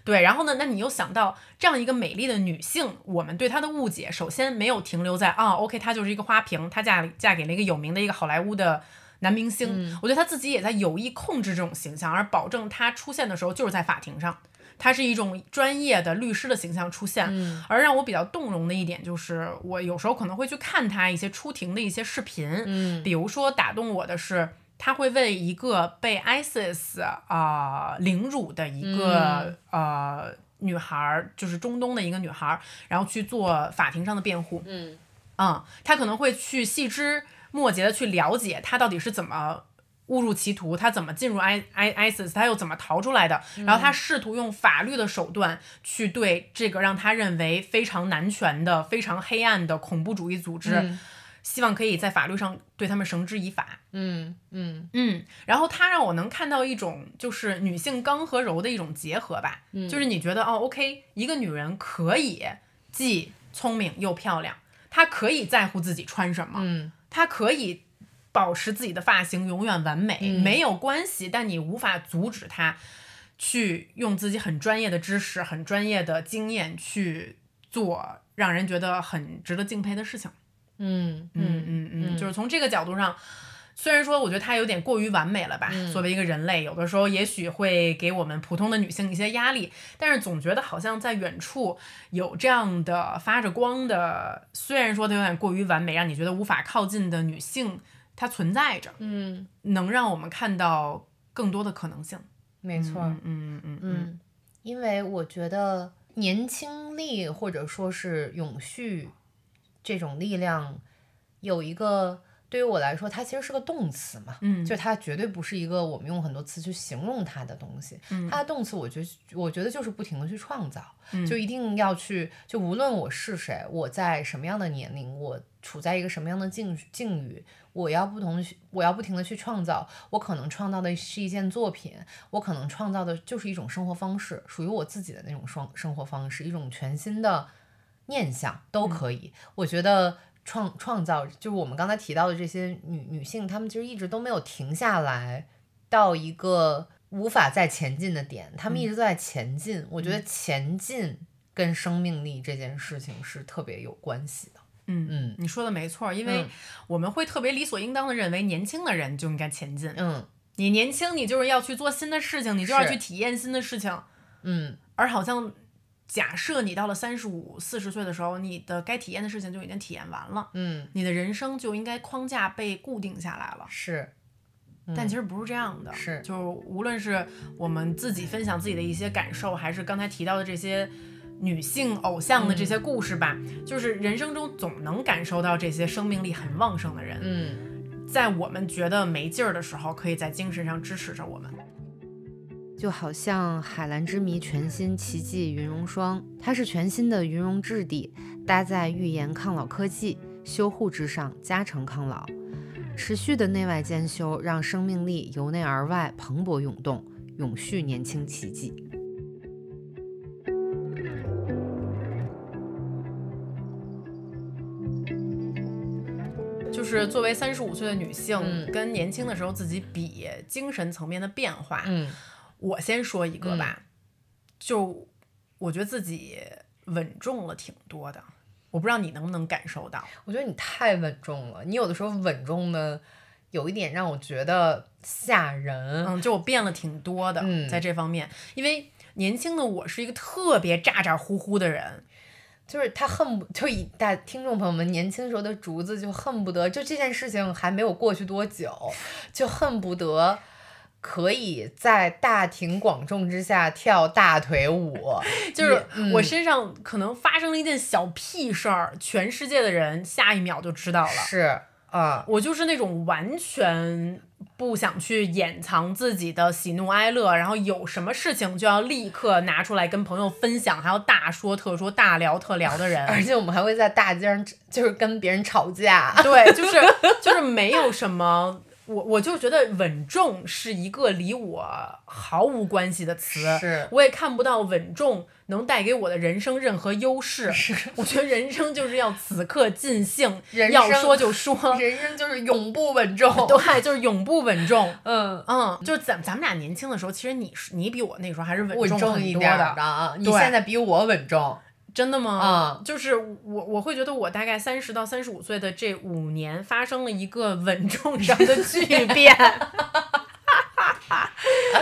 B: 对，然后呢？那你又想到这样一个美丽的女性，我们对她的误解，首先没有停留在啊，OK，她就是一个花瓶，她嫁嫁给了一个有名的一个好莱坞的男明星。我觉得她自己也在有意控制这种形象，而保证她出现的时候就是在法庭上，她是一种专业的律师的形象出现。
C: 嗯
B: 而让我比较动容的一点就是，我有时候可能会去看她一些出庭的一些视频，
C: 嗯
B: 比如说打动我的是，他会为一个被 ISIS 啊、凌辱的一
C: 嗯
B: 个、呃女孩儿，就是中东的一个女孩儿，然后去做法庭上的辩护。
C: 嗯
B: 嗯，他可能会去细枝末节的去了解他到底是怎么误入歧途，他怎么进入 I I ISIS，他又怎么逃出来的。
C: 嗯
B: 然后他试图用法律的手段去对这个让他认为非常男权的、非常黑暗的恐怖主义组织，
C: 嗯
B: 希望可以在法律上对他们绳之以法。
C: 嗯嗯
B: 嗯，然后它让我能看到一种就是女性刚和柔的一种结合吧，
C: 嗯
B: 就是你觉得哦，OK，一个女人可以既聪明又漂亮，她可以在乎自己穿什么，
C: 嗯
B: 她可以保持自己的发型永远完美，
C: 嗯
B: 没有关系，但你无法阻止她去用自己很专业的知识、很专业的经验去做让人觉得很值得敬佩的事情。
C: 嗯
B: 嗯
C: 嗯
B: 嗯嗯，
C: 嗯
B: 就是从这个角度上，虽然说我觉得她有点过于完美了吧，
C: 嗯
B: 作为一个人类，有的时候也许会给我们普通的女性一些压力，但是总觉得好像在远处有这样的发着光的，虽然说她有点过于完美，让你觉得无法靠近的女性，她存在着，
C: 嗯，
B: 能让我们看到更多的可能性。
C: 没错。
B: 嗯嗯嗯嗯
C: 嗯，因为我觉得年轻力或者说是永续这种力量，有一个对于我来说，它其实是个动词嘛，
B: 嗯
C: 就它绝对不是一个我们用很多词去形容它的东西。它的动词，我觉得我觉得就是不停的去创造，
B: 嗯
C: 就一定要去，就无论我是谁，我在什么样的年龄，我处在一个什么样的境境遇，我要不同地去，我要不停的去创造，我可能创造的是一件作品，我可能创造的就是一种生活方式，属于我自己的那种双生活方式，一种全新的念想都可以。我觉得创创造就是我们刚才提到的这些女女性，她们其实一直都没有停下来到一个无法再前进的点，她们一直都在前进。我觉得前进跟生命力这件事情是特别有关系的。
B: 嗯，
C: 嗯
B: 你说的没错，因为
C: 嗯
B: 我们会特别理所应当的认为年轻的人就应该前进，
C: 嗯
B: 你年轻，你就是要去做新的事情，你就要
C: 是
B: 去体验新的事情。
C: 嗯，
B: 而好像假设你到了三十五、四十岁的时候，你的该体验的事情就已经体验完了，
C: 嗯
B: 你的人生就应该框架被固定下来了。
C: 是，
B: 但其实不是这样的，
C: 嗯是
B: 就是无论是我们自己分享自己的一些感受，还是刚才提到的这些女性偶像的这
C: 嗯
B: 些故事吧，就是人生中总能感受到这些生命力很旺盛的人，
C: 嗯，
B: 在我们觉得没劲儿的时候，可以在精神上支持着我们。
C: 就好像《海蓝之谜》全新奇迹云溶霜，它是全新的云溶质地，搭载预研抗老科技，修护之上加成抗老。持续的内外兼修，让生命力由内而外蓬勃涌动，永续年轻奇迹。
B: 就是作为三十五岁的女性，
C: 嗯
B: 跟年轻的时候自己比精神层面的变化，
C: 嗯
B: 我先说一个吧，就我觉得自己稳重了挺多的，我不知道你能不能感受到，
C: 我觉得你太稳重了，你有的时候稳重呢，有一点让我觉得吓人。
B: 嗯，就我变了挺多的，
C: 嗯
B: 在这方面，因为年轻的我是一个特别咋咋呼呼的人，
C: 就是他恨不就以大听众朋友们年轻时候的竹子就恨不得就这件事情还没有过去多久，就恨不得可以在大庭广众之下跳大腿舞，
B: 就是
C: 嗯
B: 我身上可能发生了一件小屁事儿，全世界的人下一秒就知道了。
C: 是啊，
B: 我就是那种完全不想去掩藏自己的喜怒哀乐，然后有什么事情就要立刻拿出来跟朋友分享，还要大说特说、大聊特聊的
C: 而
B: 人。
C: 且我们还会在大街上就是跟别人吵架，
B: 对，就是就是没有什么，我我就觉得稳重是一个离我毫无关系的词。
C: 是
B: 我也看不到稳重能带给我的人生任何优势。我觉得人生就是要此刻尽兴，
C: 人
B: 要
C: 生
B: 说就说，
C: 人生就是永不稳重，
B: 对，就是永不稳重。
C: 嗯，
B: 嗯，就是咱咱们俩年轻的时候，其实你是你比我那时候还是稳
C: 稳
B: 重
C: 重
B: 很
C: 一
B: 多
C: 点
B: 的
C: 儿的，啊，你
B: 对
C: 现在比我稳重，
B: 真的吗？
C: 啊
B: 就是我我会觉得我大概三十到三十五岁的这五年发生了一个稳重上的巨 变。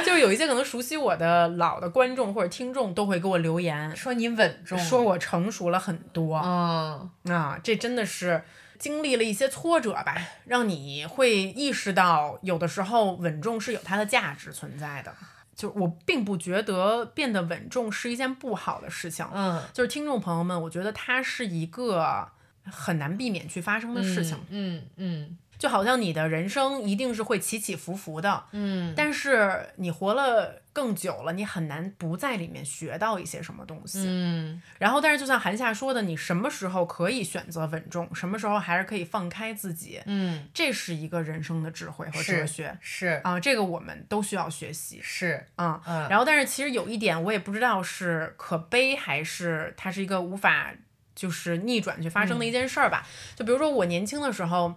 B: 就是有一些可能熟悉我的老的观众或者听众都会给我留言，
C: 说你稳重，
B: 说我成熟了很多。
C: 嗯
B: 啊，这真的是经历了一些挫折吧，让你会意识到，有的时候稳重是有它的价值存在的。就我并不觉得变得稳重是一件不好的事情，
C: 嗯
B: 就是听众朋友们，我觉得它是一个很难避免去发生的事情。
C: 嗯嗯
B: 就好像你的人生一定是会起起伏伏的，
C: 嗯，
B: 但是你活了更久了，你很难不在里面学到一些什么东西。
C: 嗯
B: 然后，但是就像韩夏说的，你什么时候可以选择稳重，什么时候还是可以放开自己，
C: 嗯
B: 这是一个人生的智慧和
C: 是
B: 哲学
C: 是
B: 啊、这个我们都需要学习
C: 是
B: 啊。
C: 嗯，
B: 然后，但是其实有一点，我也不知道是可悲还是它是一个无法就是逆转去发生的
C: 嗯
B: 一件事儿吧。就比如说我年轻的时候，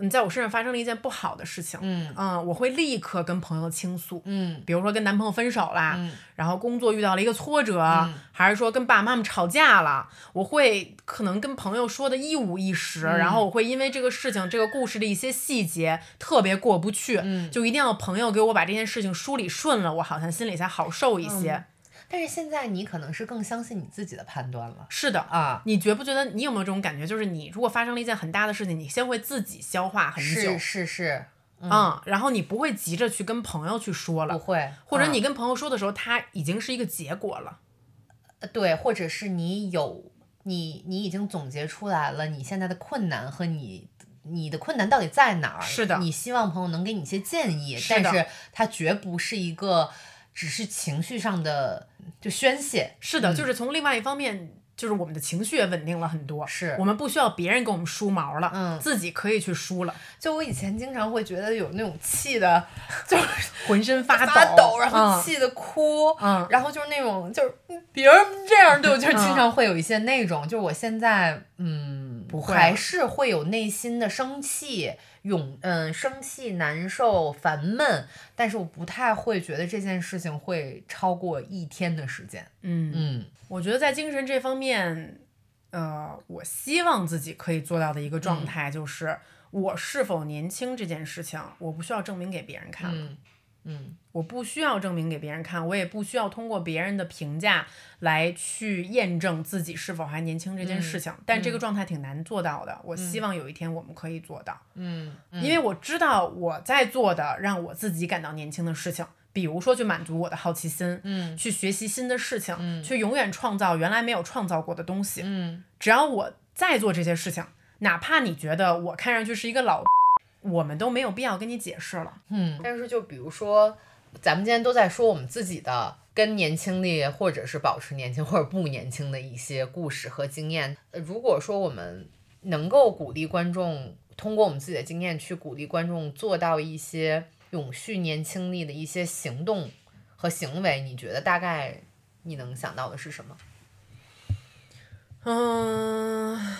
B: 嗯，在我身上发生了一件不好的事情，
C: 嗯
B: 嗯，我会立刻跟朋友倾诉，
C: 嗯
B: 比如说跟男朋友分手啦，
C: 嗯
B: 然后工作遇到了一个挫折，
C: 嗯
B: 还是说跟爸爸妈妈吵架了，我会可能跟朋友说的一五一十，
C: 嗯
B: 然后我会因为这个事情、这个故事的一些细节特别过不去，
C: 嗯
B: 就一定要朋友给我把这件事情梳理顺了，我好像心里才好受一些。
C: 嗯但是现在你可能是更相信你自己的判断了
B: 是的。
C: 啊。
B: 你觉不觉得你有没有这种感觉？就是你如果发生了一件很大的事情，你先会自己消化很久，
C: 是是是，
B: 嗯，然后你不会急着去跟朋友去说
C: 不
B: 了，
C: 会，
B: 或者你
C: 嗯、
B: 跟朋友说的时候，它已经是一个结果了。
C: 呃对，或者是你有你你已经总结出来了你现在的困难和你。你的困难到底在哪儿？
B: 是的
C: 你希望朋友能给你一些建议，
B: 是
C: 但
B: 的
C: 是它绝不是一个只是情绪上的就宣泄。
B: 是的，就是从另外一方面，就是我们的情绪也稳定了很多，
C: 是
B: 我们不需要别人给我们梳毛了，
C: 嗯
B: 自己可以去梳了，
C: 就我以前经常会觉得有那种气的， 就是
B: 浑身发抖，
C: 发抖，然后
B: 嗯、
C: 气的哭，
B: 嗯
C: 然后就是那种就是嗯别人这样对我，就是经常会有一些那种，就是我现在嗯
B: 不会
C: 还
B: 了
C: 是会有内心的生气、涌嗯生气、难受、烦闷，但是我不太会觉得这件事情会超过一天的时间，
B: 嗯，
C: 嗯
B: 我觉得在精神这方面，呃，我希望自己可以做到的一个
C: 嗯
B: 状态就是。我是否年轻这件事情，我不需要证明给别人看了，
C: 嗯嗯
B: 我不需要证明给别人看，我也不需要通过别人的评价来去验证自己是否还年轻这件
C: 嗯
B: 事情。但这个状态挺难做到的，我希望有一天我们可以做到。
C: 嗯，
B: 因为我知道我在做的让我自己感到年轻的事情，比如说去满足我的好奇心，
C: 嗯
B: 去学习新的事情，去永远创造原来没有创造过的东西。
C: 嗯
B: 只要我在做这些事情，哪怕你觉得我看上去是一个老， 我们都没有必要跟你解释了。
C: 嗯，但是就比如说，咱们今天都在说我们自己的跟年轻力，或者是保持年轻或者不年轻的一些故事和经验。呃如果说我们能够鼓励观众，通过我们自己的经验去鼓励观众做到一些永续年轻力的一些行动和行为，你觉得大概你能想到的是什么？
B: 嗯，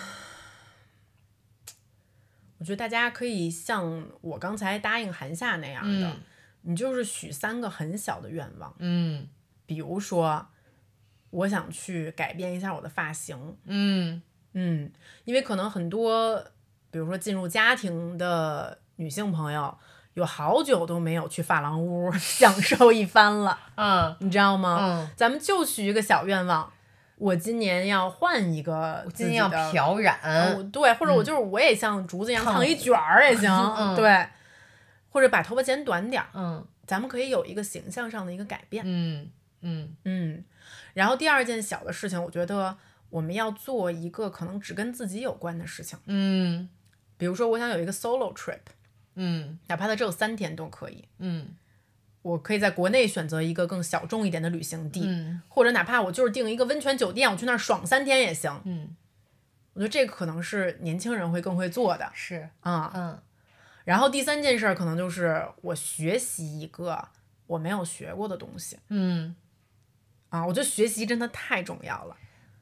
B: 我觉得大家可以像我刚才答应韩夏那样的，
C: 嗯
B: 你就是许三个很小的愿望。
C: 嗯
B: 比如说，我想去改变一下我的发型，
C: 嗯
B: 嗯，因为可能很多，比如说进入家庭的女性朋友，有好久都没有去发廊屋 享受一番了，
C: 嗯
B: 你知道吗？
C: 嗯，
B: 咱们就许一个小愿望，我今年要换一个
C: 我
B: 自
C: 今
B: 己
C: 天
B: 的，
C: 要漂
B: 嗯，我
C: 染，
B: 对，或者我就是我也像竹子一样
C: 烫
B: 烫一卷儿也行，
C: 嗯
B: 对，或者把头发剪短点儿，
C: 嗯
B: 咱们可以有一个形象上的一个改变。
C: 嗯嗯
B: 嗯，然后第二件小的事情，我觉得我们要做一个可能只跟自己有关的事情，
C: 嗯
B: 比如说我想有一个 solo trip，
C: 嗯
B: 哪怕它只有三天都可以。
C: 嗯
B: 我可以在国内选择一个更小众一点的旅行地，
C: 嗯。
B: 或者哪怕我就是订一个温泉酒店，我去那儿爽三天也行。
C: 嗯，
B: 我觉得这个可能是年轻人会更会做的
C: 是，
B: 啊、
C: 嗯
B: 然后第三件事儿可能就是我学习一个我没有学过的东西
C: 嗯
B: 啊、我觉得学习真的太重要了。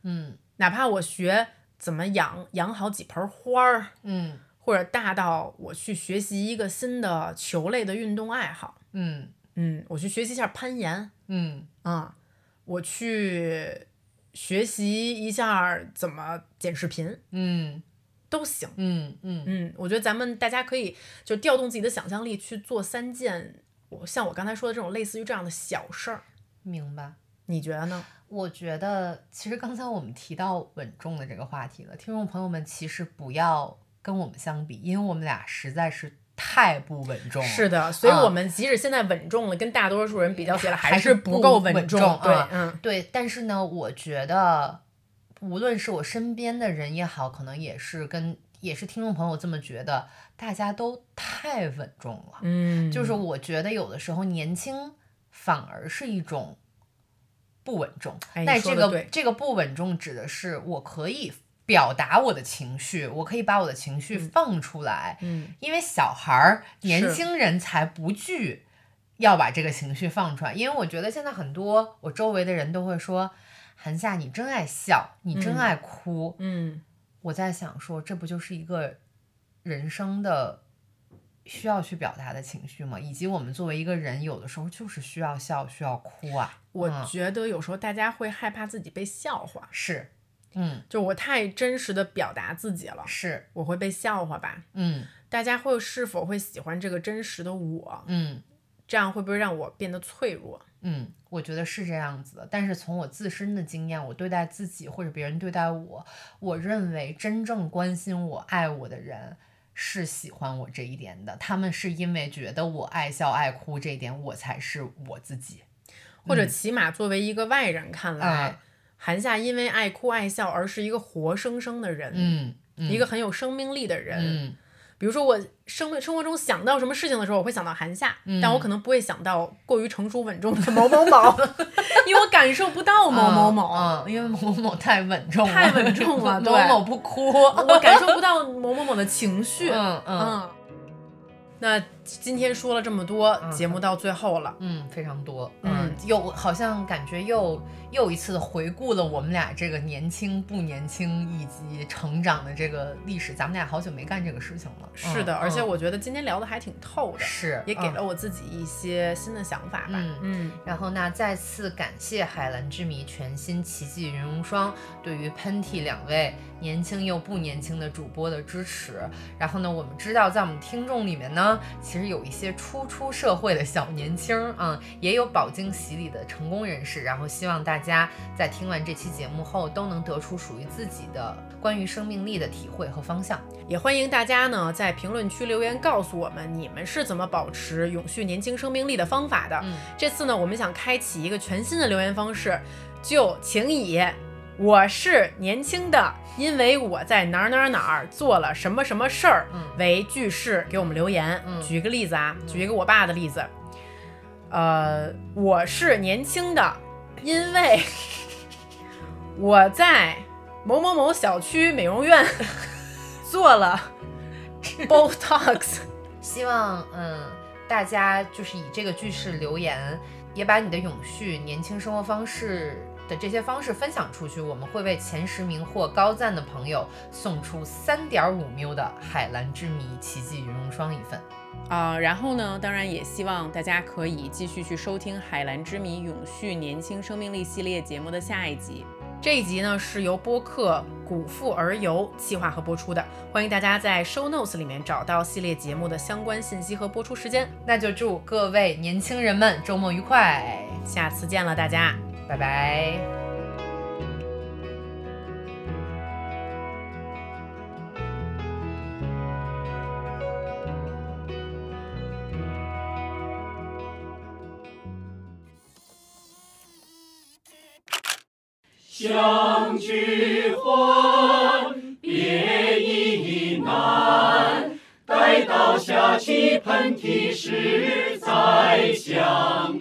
C: 嗯
B: 哪怕我学怎么养养好几盆花儿，
C: 嗯
B: 或者大到我去学习一个新的球类的运动爱好，
C: 嗯
B: 嗯，我去学习一下攀岩
C: 嗯
B: 啊、我去学习一下怎么剪视频
C: 嗯
B: 都行。
C: 嗯嗯
B: 嗯，我觉得咱们大家可以就调动自己的想象力去做三件，我像我刚才说的这种类似于这样的小事儿，
C: 明白。
B: 你觉得呢？
C: 我觉得，其实刚才我们提到稳重的这个话题了，听众朋友们其实不要跟我们相比，因为我们俩实在是太不稳重了。
B: 是的，所以
C: 啊
B: 我们即使现在稳重了，跟大多数人比较起来，
C: 还
B: 还
C: 是
B: 是不
C: 不
B: 够
C: 稳
B: 稳重。
C: 重
B: 对
C: 啊，
B: 嗯
C: 对，但是呢，我觉得无论是我身边的人也好，可能也是跟也是听众朋友这么觉得，大家都太稳重了。
B: 嗯，
C: 就是我觉得有的时候年轻反而是一种不稳重。
B: 哎你
C: 但
B: 说
C: 这
B: 得
C: 个
B: 对
C: 这个不稳重指的是我可以表达我的情绪，我可以把我的情绪放出来，
B: 嗯
C: 因为小孩儿、年
B: 是
C: 轻人才不惧要把这个情绪放出来。因为我觉得现在很多我周围的人都会说。韩夏，你真爱笑，你真
B: 嗯
C: 爱哭。
B: 嗯，
C: 我在想说，这不就是一个人生的需要去表达的情绪吗？以及我们作为一个人，有的时候就是需要笑，需要哭啊。
B: 我
C: 嗯
B: 觉得有时候大家会害怕自己被笑话，
C: 是，嗯，
B: 就我太真实的表达自己了，
C: 是，
B: 我会被笑话吧？
C: 嗯
B: 大家会是否会喜欢这个真实的我？
C: 嗯
B: 这样会不会让我变得脆弱？
C: 嗯，我觉得是这样子的。但是从我自身的经验，我对待自己或者别人对待我，我认为真正关心我、爱我的人。是喜欢我这一点的，他们是因为觉得我爱笑爱哭这一点，我才是我自己。
B: 或者
C: 嗯
B: 起码作为一个外人看来，
C: 啊
B: 韩夏因为爱哭爱笑而是一个活生生的人，
C: 嗯，嗯
B: 一个很有生命力的人。
C: 嗯
B: 比如说我生命生活中想到什么事情的时候，我会想到韩夏，
C: 嗯
B: 但我可能不会想到过于成熟稳重的某某 某，因为我感受不到某某某。
C: 嗯，嗯因为某某太稳重了，
B: 太稳重 了
C: 某
B: 对
C: 某不哭，
B: 我感受不到某某某的情绪。
C: 嗯嗯
B: 嗯，那今天说了这么多，
C: 嗯
B: 节目到最后了。
C: 嗯，非常多，
B: 嗯
C: 嗯，又好像感觉又又一次的回顾了我们俩这个年轻不年轻以及成长的这个历史，咱们俩好久没干这个事情了，
B: 是的，
C: 嗯
B: 而且
C: 嗯
B: 我觉得今天聊的还挺透的，
C: 是
B: 也给
C: 嗯
B: 了我自己一些新的想法吧。
C: 嗯
B: 嗯
C: 然后呢，再次感谢海蓝之谜全新奇迹云容霜对于喷嚏两位年轻又不年轻的主播的支持。然后呢，我们知道在我们听众里面呢，其实有一些初出社会的小年轻儿啊、也有饱经洗礼的成功人士。然后希望大家在听完这期节目后，都能得出属于自己的关于生命力的体会和方向。
B: 也欢迎大家呢在评论区留言告诉我们你们是怎么保持永续年轻生命力的方法的。
C: 嗯，
B: 这次呢，我们想开启一个全新的留言方式，就请以“我是年轻的，因为我在哪儿哪儿哪儿做了什么什么事儿”
C: 嗯
B: 为句式给我们留言。
C: 嗯
B: 举一个例子啊，举一个我爸的例子，呃，我是年轻的，因 为我在某某某小区美容院 做 了 Botox。
C: 希望嗯大家就是以这个句式留言，也把你的永续年轻生活方式的这些方式分享出去，我们会为前十名或高赞的朋友送出三点五缪的海蓝之谜奇迹云容霜一份。
B: 啊、然后呢，当然也希望大家可以继续去收听《海蓝之谜：永续年轻生命力》系列节目的下一集。这一集呢是由播客《古富而游》计划和播出的，欢迎大家在 show notes 里面找到系列节目的相关信息和播出时间。
C: 那就祝各位年轻人们周末愉快，
B: 下次见了，大家。
C: 拜拜。
A: 相聚欢，别亦难。待到下期喷嚏时再相